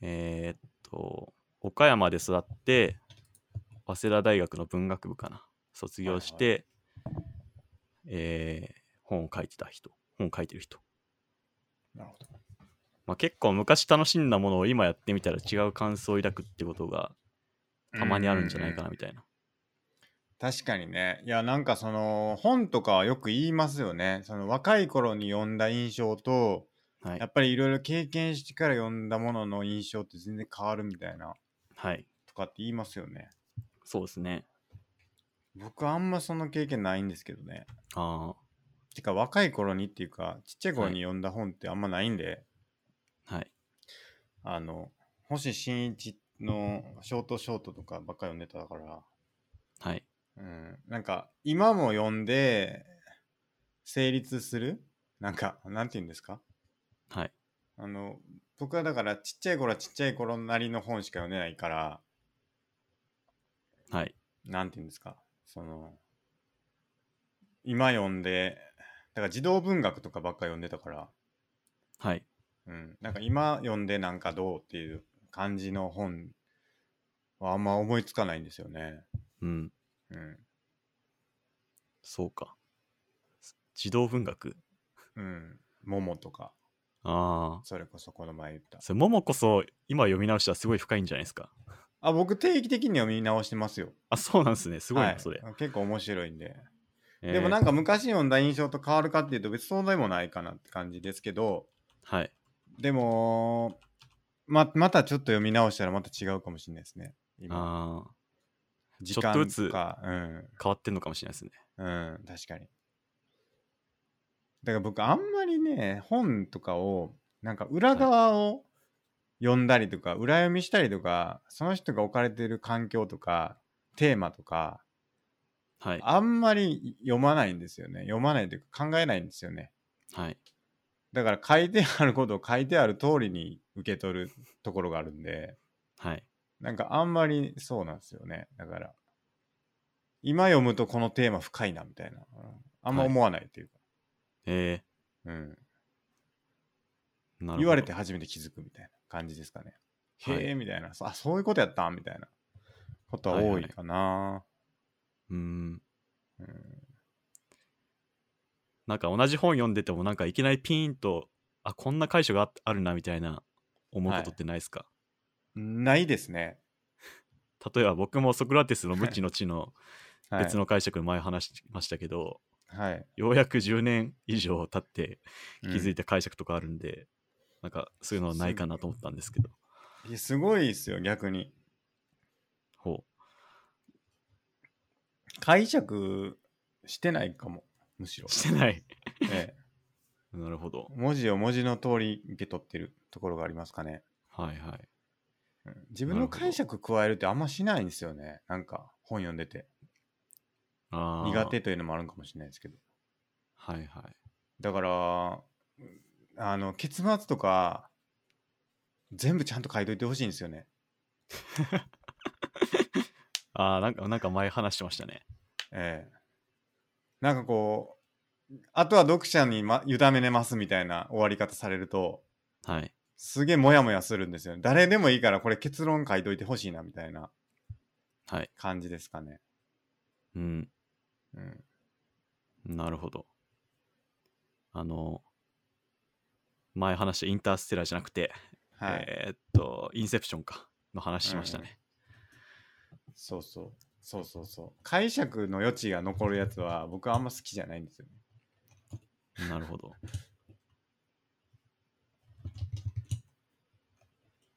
えーっと、岡山で育って、早稲田大学の文学部かな。卒業して、えー本を書いてた人、本を書いてる人。
なるほど。
まあ、結構昔楽しんだものを今やってみたら違う感想を抱くってことがたまにあるんじゃないかなみたいな。
確かにね。いや、なんかその本とかはよく言いますよね。その若い頃に読んだ印象と、
はい
や。っぱりいろいろ経験してから読んだものの印象って全然変わるみたいな
はい。
とかって言いますよね。
そうですね。
僕あんまその経験ないんですけどね。
あ
てか若い頃にっていうか、ちっちゃい頃に読んだ本ってあんまないんで、
あ。はい。
あの、星新一のショートショートとかばっかり読んでたから、
はい。
うん、なんか今も読んで成立するなんか、なんて言うんですか
はい。
あの、僕はだからちっちゃい頃はちっちゃい頃なりの本しか読んでないから、
はい。
なんて言うんですかその、今読んで、だから児童文学とかばっか読んでたから、
はい。
うん、なんか今読んでなんかどうっていう感じの本はあんま思いつかないんですよね。
うん。
うん。
そうか。児童文学
うん。桃とか、
ああ。
それこそこの前言った。
それ、ももこそ今読み直したらすごい深いんじゃないですか。
あ、僕定期的に読み直してますよ。
あ、そうなんですね。すごいな、
は
それ。
結構面白いんで。
えー
でもなんか昔読んだ印象と変わるかっていうと別にそうでもないかなって感じですけど、
はい。
でも、ま、またちょっと読み直したらまた違うかもしれないですね。今、
ああ。
時
ちょっと
間
ずつ
とか、うん、
変わってんのかもしれないですね。
うん、確かに。だから僕、あんまりね、本とかを、なんか裏側を読んだりとか、裏読みしたりとか、その人が置かれてる環境とか、テーマとか、
はい。
あんまり読まないんですよね。読まないというか考えないんですよね。
はい。
だから書いてあることを書いてある通りに受け取るところがあるんで。
はい。
なんかあんまりそうなんですよね。だから、今読むとこのテーマ深いなみたいな。うんあんま思わないっていうか。
え
うん、
ー、なるほど。
言われて初めて気づくみたいな感じですかね。
はい
へえ、みたいな。そあ、そういうことやったんみたいなことは多いかな。
うーん。
うん
なんか同じ本読んでても、なんかいきなりピーンと、あ、こんな解釈がああるな、みたいな思うことってないですか、
ないですね。
例えば僕もソクラテスの無知の知の
[laughs] はい、
別の解釈前話しましたけど、
はい、
ようやく10年以上経って
気
気づ
い
いた解釈とかあるんで、なんかそういうのはないかなと思ったんですけど。
やすごいですよ、逆に。
ほ
解釈してないかも、むし
[laughs]
ろ
う。。してない。
ええ、
なるほど。
文字を文字の通り受け取ってるところがありますかね。
はいはい。
うん自分の解釈加えるってあんましないんですよね。なんか本読んでて。
あー
苦手。というのもあるのかもしれないですけど。
はいはい。
だから、うんあの、結末とか、全部ちゃんと書いといてほしいんですよね。
ああ、なんか、なんか前話してましたね。
ええなんかこうあとは読者に、ま、委ねれますみたいな終わり方されると
はい。
すげえモヤモヤするんですよね誰でもいいからこれ結論書いといてほしいなみたいな
はい。
感じですかね、
うん。
うん、
なるほど。あの、前話したインターステラーじゃなくて、
はい、
えーっと、インセプションか。の話しましたね。
そうそうそうそうそう解釈の余地が残るやつは僕はあんま好きじゃないんですよね
なるほど。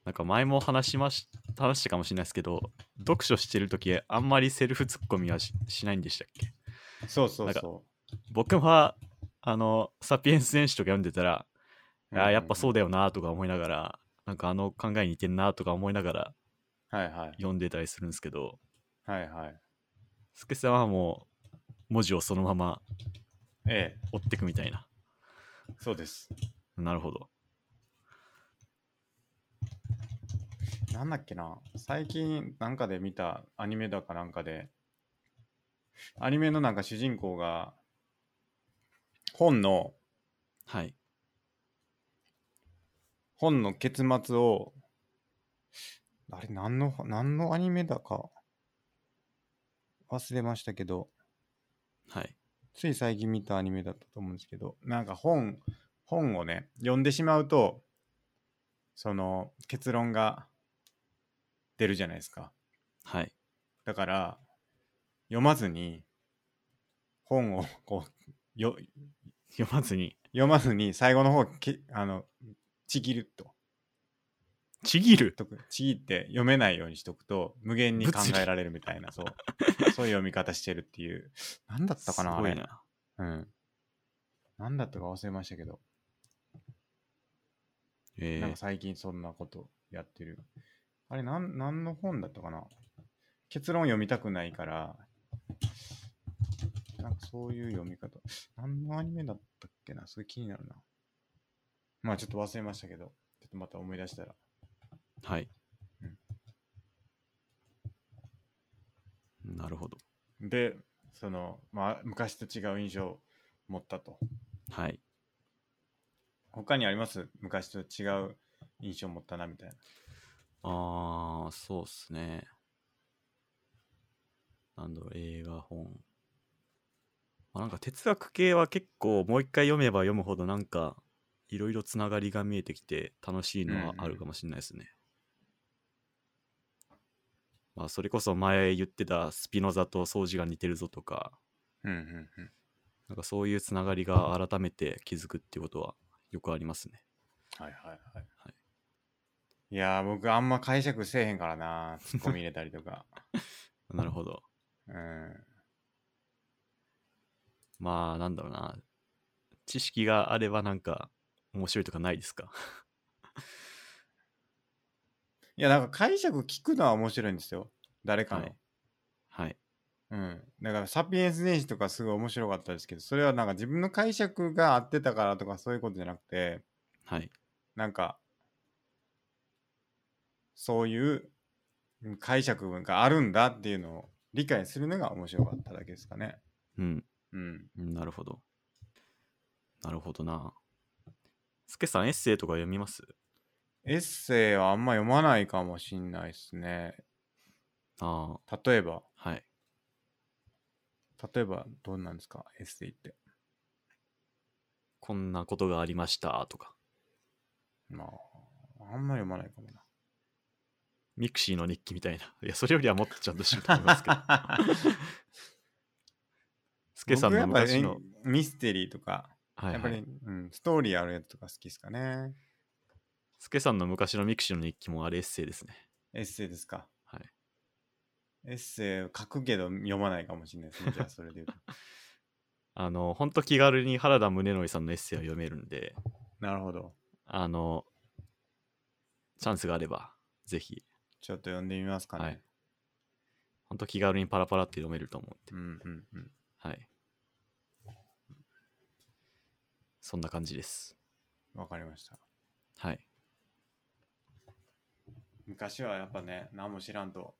なんか前も話しまし話したかもしれないですけど、読書してるとき、あんまりセルフツッコミはししないんでしたっけ
そうそう
なんか
そ
僕はあのサピエンス選手とか読んでたら、
う
あーやっぱそううだよなとか思いながらなんかあの考えに似てんなとか思いながら
はいはい
読んでたりするんですけど
はいはい
スケさんはもう文字をそのまま
ええ
追ってくみたいな
そうです
なるほど
なんだっけな最近なんかで見たアニメだかなんかでアニメのなんか主人公が本の
はい
本の結末をあれ何の何のアニメだか忘れましたけど
はい
つい最近見たアニメだったと思うんですけどなんか本本をね読んでしまうとその結論が出るじゃないですか
はい
だから読まずに本をこうよ
読まずに
読まずに最後の方けあのちぎると
ちぎる
とくちぎって読めないようにしとくと無限に考
物理
えられるみたいなそうそういう読み方してるっていう何だったかな
すご
あ
い
れ
な
うん何だったか忘れましたけど
え
なん
ー
か最近そんなことやってる。あれ、なん、何の本だったかな結論読みたくないから、なんかそういう読み方。何のアニメだったっけなすごい気になるな。まあちょっと忘れましたけど、ちょっとまた思い出したら。
はい、
うん
なるほど
で、その、まあ昔と違う印象を持ったと。
はい
他にあります昔と違う印象を持ったなみたいな。
ああ、そうっすね。なんだろう、映画本。まあ、なんか哲学系は結構もう一回読めば読むほどなんかいろいろつながりが見えてきて楽しいのはあるかもしれないですね。まあそれこそ前言ってたスピノザと掃除が似てるぞとか、
うんうんうん。
なんかそういうつながりが改めて気づくっていうことはよくありますね。
はいはいはい。、
はい
やー、僕あんま解釈せえへんからな、ツッコミ入れたりとか。
なるほど。
うん。
まあなんだろうな知識があればなんか面白いとかないですか [laughs]
いや、なんか解釈聞くのは面白いんですよ。誰かの。
はいはい
うん。だから、サピエンス年始とかすごい面白かったですけど、それはなんか自分の解釈が合ってたからとかそういうことじゃなくて、
はい
なんか、そういううん解釈があるんだっていうのを理解するのが面白かっただけですかね。
うん
うん。
なるほどなるほどなすけさんエッセイとか読みます
エッセイはあんま読まないかもしんないですね。
あ
例えば、
あはい
例えばどうなんですかエッセイって。
こんなことがありましたとか
まあ、あんま読まないかもな。
ミクシーの日記みたいない [laughs] やそれよりはもっとちゃんとしようと思いますけど [laughs] すけさ
[laughs]
ん
僕や
の
っぱり
昔の
ミステリーとか、
はい
やっぱ
は
り、
い
うん、ストーリーあるやつとか好きですかね。
すけさんの昔のミクシーの日記もあれエッセイですね
エッセイですか。
はい
エッセイ書くけど読まないかもしれないですね。じゃあそれで
[laughs]
言うと。
あのほんと気軽に原田宗則さんのエッセイは読めるんで
なるほど。
あの、チャンスがあれば、ぜひ、
ちょっと読んでみますかね。
はいほんと気軽にパラパラって読めると思うんで、
うんうんうん。
はい。そんな感じです。
わかりました。
はい。
昔はやっぱね、何も知らんと、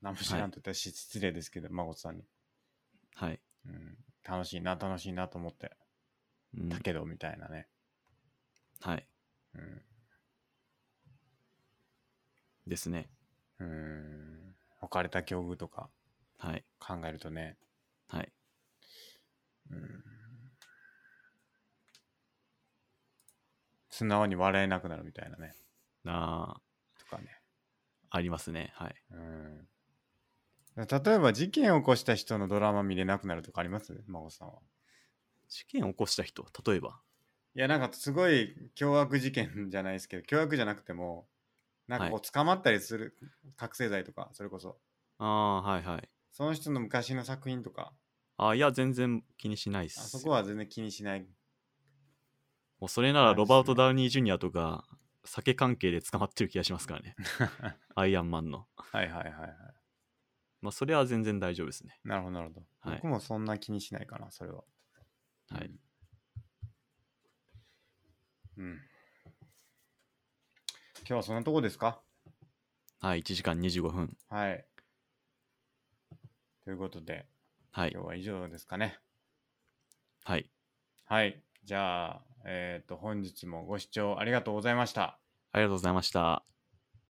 何も知らんとってし失礼ですけど、孫さんに、
はい。
うん。楽しいな、楽しいなと思って、
うん
だけど、みたいなね。
はい。
うん。
ですね。
うん。置かれた境遇とか
はい。
考えるとね、
はい。
うん。素直に笑えなくなるみたいなね。
な
とかね。
あ、ありますね。はい。
うん。例えば事件を起こした人のドラマ見れなくなるとかあります孫さんは。
事件を起こした人、例えば。
いや、なんかすごい凶悪事件じゃないですけど、凶悪じゃなくても、なんかこ
は
う捕まったりする、覚醒剤とか、それこそ。
ああ、はいはい。
その人の昔の作品とか、
あいや、全然気にしないっ
あ
す。
そこは全然気にしない。
もうそれなら
感じっすね
ロバート・ダウニー・ジュニアとか、酒関係で捕まってる気がしますからね。
は
アイアンマンの。
いはいはいはい。
まあ、それは全然大丈夫ですね。
なるほどなるほど。
はい
僕もそんな気にしないかな、それは。
はい。
うん。今日はそんなとこですか
はい、1時間25分。
はい。ということで、
はい
今。日は以上ですかね。
はい。
はい。じゃあ、えっ、と、本日もご視聴ありがとうございました。
ありがとうございました。